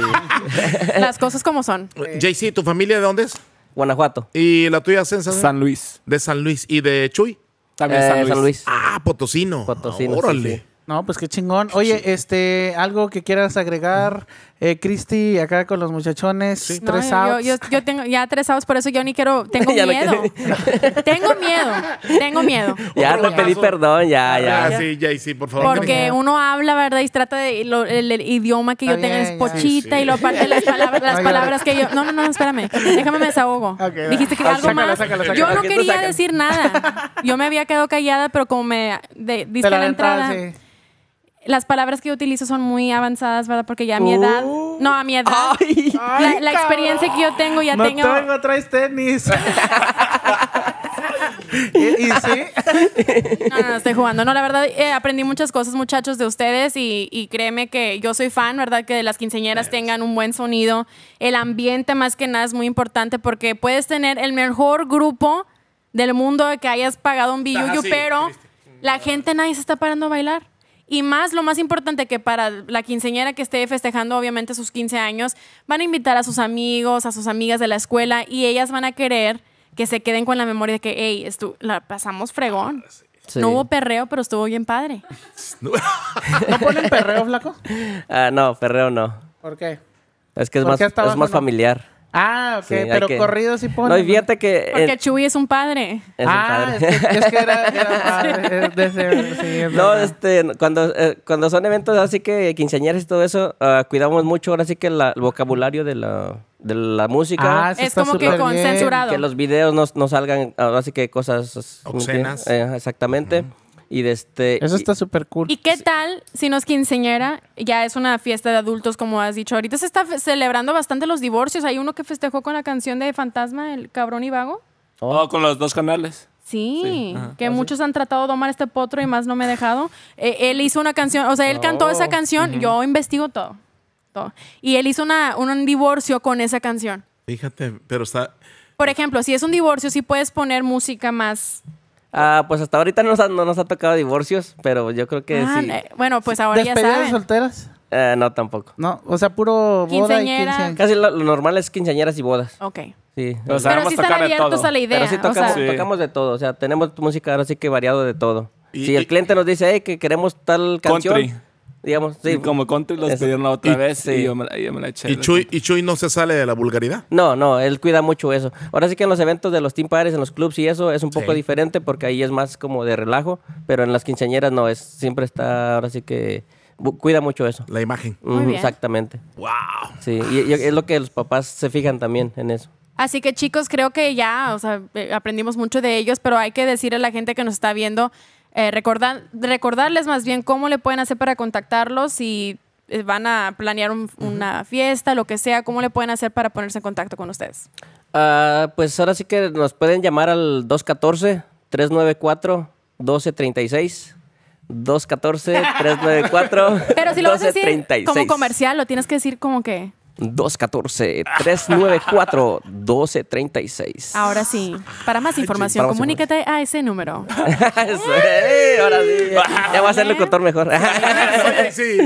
Speaker 1: Las cosas como son.
Speaker 2: JC, ¿tu familia de dónde es?
Speaker 5: Guanajuato.
Speaker 2: ¿Y la tuya, Sensa?
Speaker 4: San Luis.
Speaker 2: De San Luis. ¿Y de Chuy?
Speaker 4: También
Speaker 5: Eh,
Speaker 4: San Luis.
Speaker 2: Ah, Potosino.
Speaker 5: Potosino,
Speaker 2: Órale.
Speaker 5: sí, sí.
Speaker 3: No, pues qué chingón. Oye, este, algo que quieras agregar, eh, Cristi, acá con los muchachones,
Speaker 1: No,
Speaker 3: tres
Speaker 1: yo,
Speaker 3: outs.
Speaker 1: yo- yo tengo ya tres outs, por eso yo ni quiero. Tengo
Speaker 5: Ya no
Speaker 1: miedo. tengo miedo. Tengo miedo.
Speaker 5: Ya
Speaker 2: Otro
Speaker 5: te pedí
Speaker 2: abrazo.
Speaker 5: perdón, ya, ya.
Speaker 2: Ah, sí, JC, por favor.
Speaker 1: Porque uno habla, ¿verdad? Y trata de. y lo- el, el idioma que yo
Speaker 3: Está
Speaker 1: tengo es
Speaker 3: bien, ya.
Speaker 1: pochita
Speaker 2: Sí, sí.
Speaker 1: y lo aparte las palabras, las
Speaker 3: No, ya.
Speaker 1: palabras que yo. No, no, no, espérame. Déjame me desahogo.
Speaker 3: Ok, va.
Speaker 1: Dijiste que
Speaker 3: Ah,
Speaker 1: algo
Speaker 3: sácala,
Speaker 1: más.
Speaker 3: sácala,
Speaker 1: Yo
Speaker 5: sácala.
Speaker 1: no
Speaker 5: Aquí tú
Speaker 1: quería
Speaker 5: saca.
Speaker 1: decir nada. Yo me había quedado callada, pero como me de-
Speaker 3: Te
Speaker 1: diste la entrada.
Speaker 3: aventaste.
Speaker 1: las palabras que yo utilizo son muy avanzadas, ¿verdad? Porque ya a mi edad. No, a mi edad. la, la experiencia que yo tengo ya
Speaker 3: no
Speaker 1: tengo.
Speaker 3: tengo, traes tenis. y, y sí.
Speaker 1: No, no, no, estoy jugando. No, la verdad, eh, aprendí muchas cosas, muchachos, de ustedes y, y créeme que yo soy fan, ¿verdad? Que las quinceañeras tengan un buen sonido. El ambiente, más que nada, es muy importante porque puedes tener el mejor grupo del mundo de que hayas pagado un billuyo,
Speaker 2: así,
Speaker 1: pero la gente, nadie se está parando a bailar. Y más, lo más importante que para la quinceañera que esté festejando obviamente sus 15 años, van a invitar a sus amigos, a sus amigas de la escuela y ellas van a querer que se queden con la memoria de que, hey, la pasamos fregón.
Speaker 5: Sí.
Speaker 1: No hubo perreo, pero estuvo bien padre.
Speaker 3: ¿No ponen perreo, flaco?
Speaker 5: Ah, no, perreo no.
Speaker 3: ¿Por qué?
Speaker 5: Es que es
Speaker 3: ¿Por
Speaker 5: más,
Speaker 3: qué hasta
Speaker 5: es
Speaker 3: abajo
Speaker 5: más
Speaker 3: no?
Speaker 5: familiar.
Speaker 3: Ah, ok,
Speaker 5: Sí, hay
Speaker 3: pero
Speaker 5: que-
Speaker 3: corrido sí ponen.
Speaker 5: No, y fíjate que...
Speaker 1: Porque
Speaker 5: eh,
Speaker 1: Chuy es un padre.
Speaker 5: es un
Speaker 3: ah,
Speaker 5: padre.
Speaker 3: es que, es que era, era padre. es de ese- sí, es
Speaker 5: No,
Speaker 3: verdad.
Speaker 5: este, cuando, eh, cuando son eventos así que quinceañeras y todo eso, ah, cuidamos mucho ahora sí que la- el vocabulario de la, de la música.
Speaker 3: Ah, eso
Speaker 1: Es
Speaker 3: está
Speaker 1: como que
Speaker 3: súper
Speaker 1: con
Speaker 3: bien.
Speaker 1: censurado.
Speaker 5: que los videos no, no salgan ahora sí que cosas... ¿me entiendes?
Speaker 2: Obscenas.
Speaker 5: Eh, exactamente. Y de este...
Speaker 3: Eso
Speaker 5: y-
Speaker 3: está súper cool.
Speaker 1: ¿Y qué tal si nos quinceñera? Ya es una fiesta de adultos, como has dicho. Ahorita se está fe- celebrando bastante los divorcios. Hay uno que festejó con la canción de Fantasma, el cabrón y vago.
Speaker 4: Oh, con los dos canales.
Speaker 1: Sí,
Speaker 5: Ah,
Speaker 1: que muchos han tratado de domar este potro y más no me he dejado. Eh, él hizo una canción, o sea, él cantó
Speaker 5: Oh,
Speaker 1: esa canción, yo investigo todo, todo. Y él hizo una, un divorcio con esa canción.
Speaker 2: Fíjate, pero está.
Speaker 1: Por ejemplo, si es un divorcio, sí puedes poner música más...
Speaker 5: Ah, pues hasta ahorita no nos ha, no nos ha tocado divorcios, pero yo creo que
Speaker 1: Ah,
Speaker 5: sí.
Speaker 1: eh, Bueno, pues ahora ya
Speaker 3: ¿Despedidas
Speaker 1: saben.
Speaker 3: solteras?
Speaker 5: Eh, no, tampoco.
Speaker 3: No, o sea, puro boda y
Speaker 1: Quinceañera.
Speaker 3: quinceañera.
Speaker 5: Casi lo, lo normal es quinceañeras y bodas.
Speaker 1: Ok.
Speaker 5: Sí.
Speaker 4: Pero
Speaker 1: Pero
Speaker 4: sabemos
Speaker 1: sí están
Speaker 4: tocar de
Speaker 1: abiertos
Speaker 4: todo.
Speaker 1: a la idea.
Speaker 5: Pero sí
Speaker 1: o
Speaker 5: tocamos,
Speaker 1: sea,
Speaker 4: Sí.
Speaker 5: tocamos de todo. O sea, tenemos música ahora sí que variado de todo.
Speaker 2: Y-
Speaker 5: si
Speaker 2: y-
Speaker 5: el cliente nos dice, hey, que queremos tal canción.
Speaker 4: Country.
Speaker 5: Digamos, sí.
Speaker 4: Y como country los
Speaker 5: Eso.
Speaker 4: pidieron la otra
Speaker 2: Y-
Speaker 4: vez
Speaker 5: sí.
Speaker 4: y yo me, la- yo me la eché.
Speaker 2: Y Chuy, y Chuy no se sale de la vulgaridad.
Speaker 5: No, no, él cuida mucho eso. Ahora sí que en los eventos de los team parties, en los clubs y eso, es un poco
Speaker 2: Sí.
Speaker 5: diferente porque ahí es más como de relajo, pero en las quinceañeras no, es siempre está, ahora sí que bu- cuida mucho eso.
Speaker 2: La imagen.
Speaker 1: Muy
Speaker 5: Ujú,
Speaker 1: bien.
Speaker 5: Exactamente.
Speaker 2: ¡Wow!
Speaker 5: Sí, y, y es lo que los papás se fijan también en eso.
Speaker 1: Así que chicos, creo que ya, o sea, eh, aprendimos mucho de ellos, pero hay que decirle a la gente que nos está viendo, eh, recordar, recordarles más bien cómo le pueden hacer para contactarlos si eh, van a planear un- una fiesta, lo que sea, cómo le pueden hacer para ponerse en contacto con ustedes.
Speaker 5: Ah, pues ahora sí que nos pueden llamar al 214-394-1236. 214-394.
Speaker 1: Pero si lo vas a decir
Speaker 5: 1236.
Speaker 1: como comercial, lo tienes que decir como que,
Speaker 5: 214-394-1236.
Speaker 1: ahora sí, para más información,
Speaker 5: Para más
Speaker 1: comunícate a ese número.
Speaker 5: Eso, ¡eh! ahora sí. Ya, ya va a ser locutor mejor. no,
Speaker 2: Oye, sí.
Speaker 3: No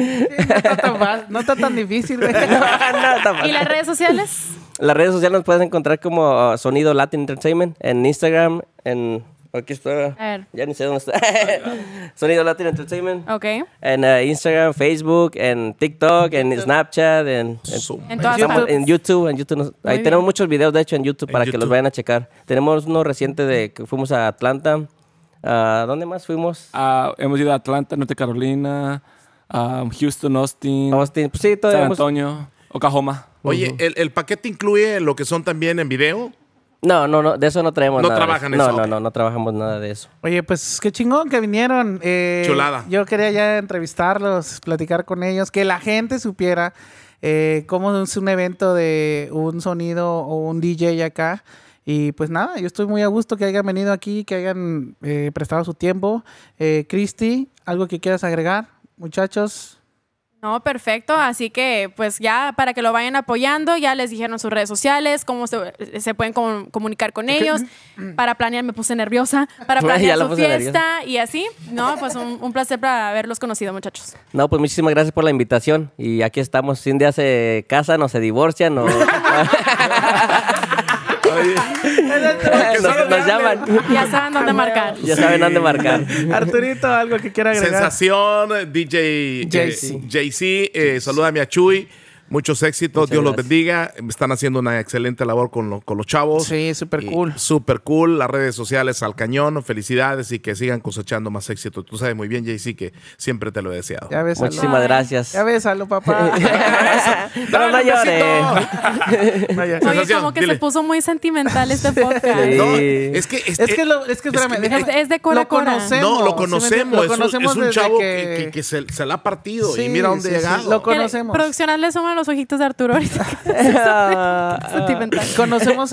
Speaker 3: está tan fácil, no está tan difícil, güey.
Speaker 5: está mal.
Speaker 1: ¿Y las redes sociales?
Speaker 5: Las redes sociales nos puedes encontrar como ah, Sonido Latin Entertainment en Instagram, en... Aquí está.
Speaker 1: A ver.
Speaker 5: Ya ni sé dónde está. Sonido Latin Entertainment.
Speaker 1: Ok.
Speaker 5: En eh, Instagram, Facebook, en TikTok, en Snapchat, en, en-
Speaker 1: En todas
Speaker 5: estamos
Speaker 1: partes.
Speaker 5: en YouTube. En YouTube nos- ahí
Speaker 1: bien.
Speaker 5: tenemos muchos videos, de hecho, en YouTube
Speaker 2: En
Speaker 5: para que los
Speaker 2: YouTube.
Speaker 5: vayan a checar. Tenemos uno reciente de que fuimos a Atlanta. ¿A ¿Dónde más fuimos?
Speaker 4: Ah, hemos ido a Atlanta, Norte Carolina, a ah, Houston, Austin,
Speaker 5: Austin. Pues sí, todavía
Speaker 4: San
Speaker 5: hemos-
Speaker 4: Antonio. Oklahoma.
Speaker 2: Oye, el, el paquete incluye lo que son también en video.
Speaker 5: No, no, no, de eso no traemos
Speaker 2: No
Speaker 5: nada. de
Speaker 2: trabajan
Speaker 5: No,
Speaker 2: eso,
Speaker 5: no,
Speaker 2: ok.
Speaker 5: no, no trabajamos nada de eso.
Speaker 3: Oye, pues qué chingón que vinieron. Eh,
Speaker 2: Chulada.
Speaker 3: Yo quería ya entrevistarlos, platicar con ellos, que la gente supiera eh, cómo es un evento de un sonido o un DJ acá. Y pues nada, yo estoy muy a gusto que hayan venido aquí, que hayan eh, prestado su tiempo. Eh, Cristi, ¿algo que quieras agregar? Muchachos,
Speaker 1: No, perfecto. Así que, pues ya para que lo vayan apoyando, ya les dijeron sus redes sociales, cómo se, se pueden com- comunicar con ellos. Para planear, me puse nerviosa. Para
Speaker 5: Ya
Speaker 1: planear
Speaker 5: la
Speaker 1: su
Speaker 5: puse
Speaker 1: fiesta y así. No, pues un, un placer para haberlos conocido, muchachos.
Speaker 5: No, pues muchísimas gracias por la invitación. Y aquí estamos. Si un día se casan o se divorcian o
Speaker 2: Oye,
Speaker 5: nos, nos llaman,
Speaker 1: Ya saben dónde marcar.
Speaker 5: ya saben dónde marcar.
Speaker 3: Arturito, ¿algo que quiera agregar?
Speaker 2: sensación, eh, DJ
Speaker 3: JC.
Speaker 2: JC. JC, eh, salúdame a Chuy. Muchos éxitos,
Speaker 5: Muchas
Speaker 2: Dios los
Speaker 5: gracias.
Speaker 2: bendiga. Están haciendo una excelente labor con, lo- con los chavos.
Speaker 3: Sí, súper
Speaker 2: Y
Speaker 3: cool.
Speaker 2: Súper cool. Las redes sociales al cañón. Felicidades y que sigan cosechando más éxito. Tú sabes muy bien, JC, que siempre te lo he deseado.
Speaker 3: Ya ves,
Speaker 5: Muchísimas gracias.
Speaker 3: Ya bésalo, papá.
Speaker 5: Pero no
Speaker 2: ¡Dale un
Speaker 5: llores.
Speaker 3: Vaya.
Speaker 1: Oye,
Speaker 2: Sensación,
Speaker 1: como que
Speaker 2: dile.
Speaker 1: se puso muy sentimental este podcast.
Speaker 5: Sí.
Speaker 2: No, es que, es,
Speaker 3: Es que, lo, es que espérame,
Speaker 2: que-
Speaker 3: déjame-
Speaker 1: Es- es de Cora
Speaker 3: lo
Speaker 1: Cora.
Speaker 3: conocemos.
Speaker 2: no, lo
Speaker 3: ¿sí me entiendes?
Speaker 2: conocemos.
Speaker 3: Lo
Speaker 2: es un-
Speaker 3: conocemos
Speaker 2: es un,
Speaker 3: desde
Speaker 2: chavo
Speaker 3: que-
Speaker 2: que, que- que se, se la ha partido
Speaker 3: Sí,
Speaker 2: y mira dónde
Speaker 3: sí,
Speaker 2: ha
Speaker 3: sí,
Speaker 2: llegado.
Speaker 3: lo con-
Speaker 1: Que le-
Speaker 3: Conocemos.
Speaker 1: Produccional le suman los ojitos de Arturo ahorita.
Speaker 5: Ah.
Speaker 1: sentimental.
Speaker 3: Conocemos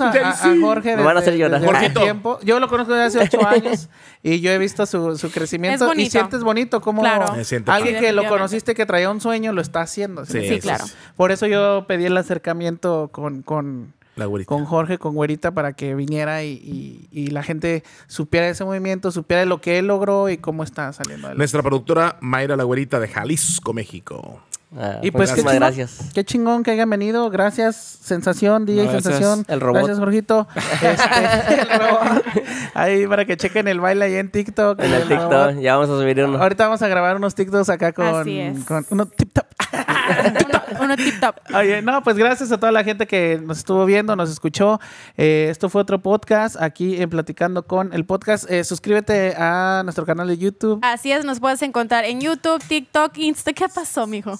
Speaker 3: a, a- a Jorge
Speaker 5: Me
Speaker 3: desde,
Speaker 5: van a hacer llorar.
Speaker 3: desde hace
Speaker 2: Jorgito.
Speaker 3: tiempo. Yo lo conozco desde hace ocho años y yo he visto su, su crecimiento.
Speaker 1: Es bonito.
Speaker 3: Y sientes bonito como
Speaker 1: Claro.
Speaker 2: Me siento
Speaker 3: alguien
Speaker 1: padre.
Speaker 3: que lo
Speaker 1: Definitivamente.
Speaker 3: conociste que traía un sueño lo está haciendo. ¿sí me
Speaker 2: Sí,
Speaker 1: Sí,
Speaker 3: entiendes?
Speaker 1: claro.
Speaker 3: Por eso yo pedí el acercamiento con, con,
Speaker 2: La güerita.
Speaker 3: con Jorge, con Güerita, para que viniera y, y- y la gente supiera ese movimiento, supiera lo que él logró y cómo está saliendo. adelante.
Speaker 2: Nuestra productora Mayra La Güerita de Jalisco, México.
Speaker 5: Ah,
Speaker 3: Y pues,
Speaker 5: muchísimas
Speaker 3: ¿qué chingón?
Speaker 5: gracias.
Speaker 3: Qué chingón que hayan venido. Gracias, Sensación, DJ
Speaker 4: Gracias,
Speaker 3: Sensación.
Speaker 5: el robot.
Speaker 3: Gracias, Jorgito. Este, el robot. Ahí para que chequen el baile ahí en TikTok.
Speaker 5: En el
Speaker 3: del robot.
Speaker 5: TikTok, ya vamos a subir uno.
Speaker 3: Ahorita vamos a grabar unos TikToks acá con,
Speaker 1: Así es.
Speaker 3: con uno tip top.
Speaker 1: uno, uno tip top.
Speaker 3: Oye, no, pues gracias a toda la gente que nos estuvo viendo, nos escuchó. Eh, esto fue otro podcast aquí en Platicando con el podcast. Eh, suscríbete a nuestro canal de YouTube.
Speaker 1: Así es, nos puedes encontrar en YouTube, TikTok, Insta. ¿Qué pasó, mijo?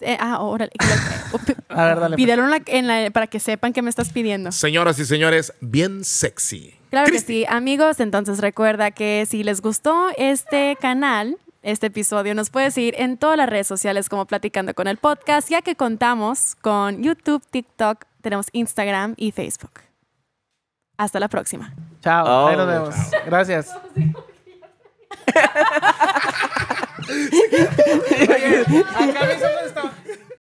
Speaker 1: Eh, ah, órale.
Speaker 3: A ver, dale. pues.
Speaker 1: Pídelo en la- en la- para que sepan que me estás pidiendo.
Speaker 2: Señoras y señores, bien sexy.
Speaker 1: Claro que
Speaker 2: Cristi.
Speaker 1: sí, amigos. Entonces recuerda que si les gustó este canal, este episodio, nos puedes seguir en todas las redes sociales como Platicando con el Podcast, ya que contamos con YouTube, TikTok, tenemos Instagram y Facebook. Hasta la próxima.
Speaker 3: Chao.
Speaker 5: Oh,
Speaker 3: ahí nos vemos. Gracias. Oye, acá pues, me hizo unos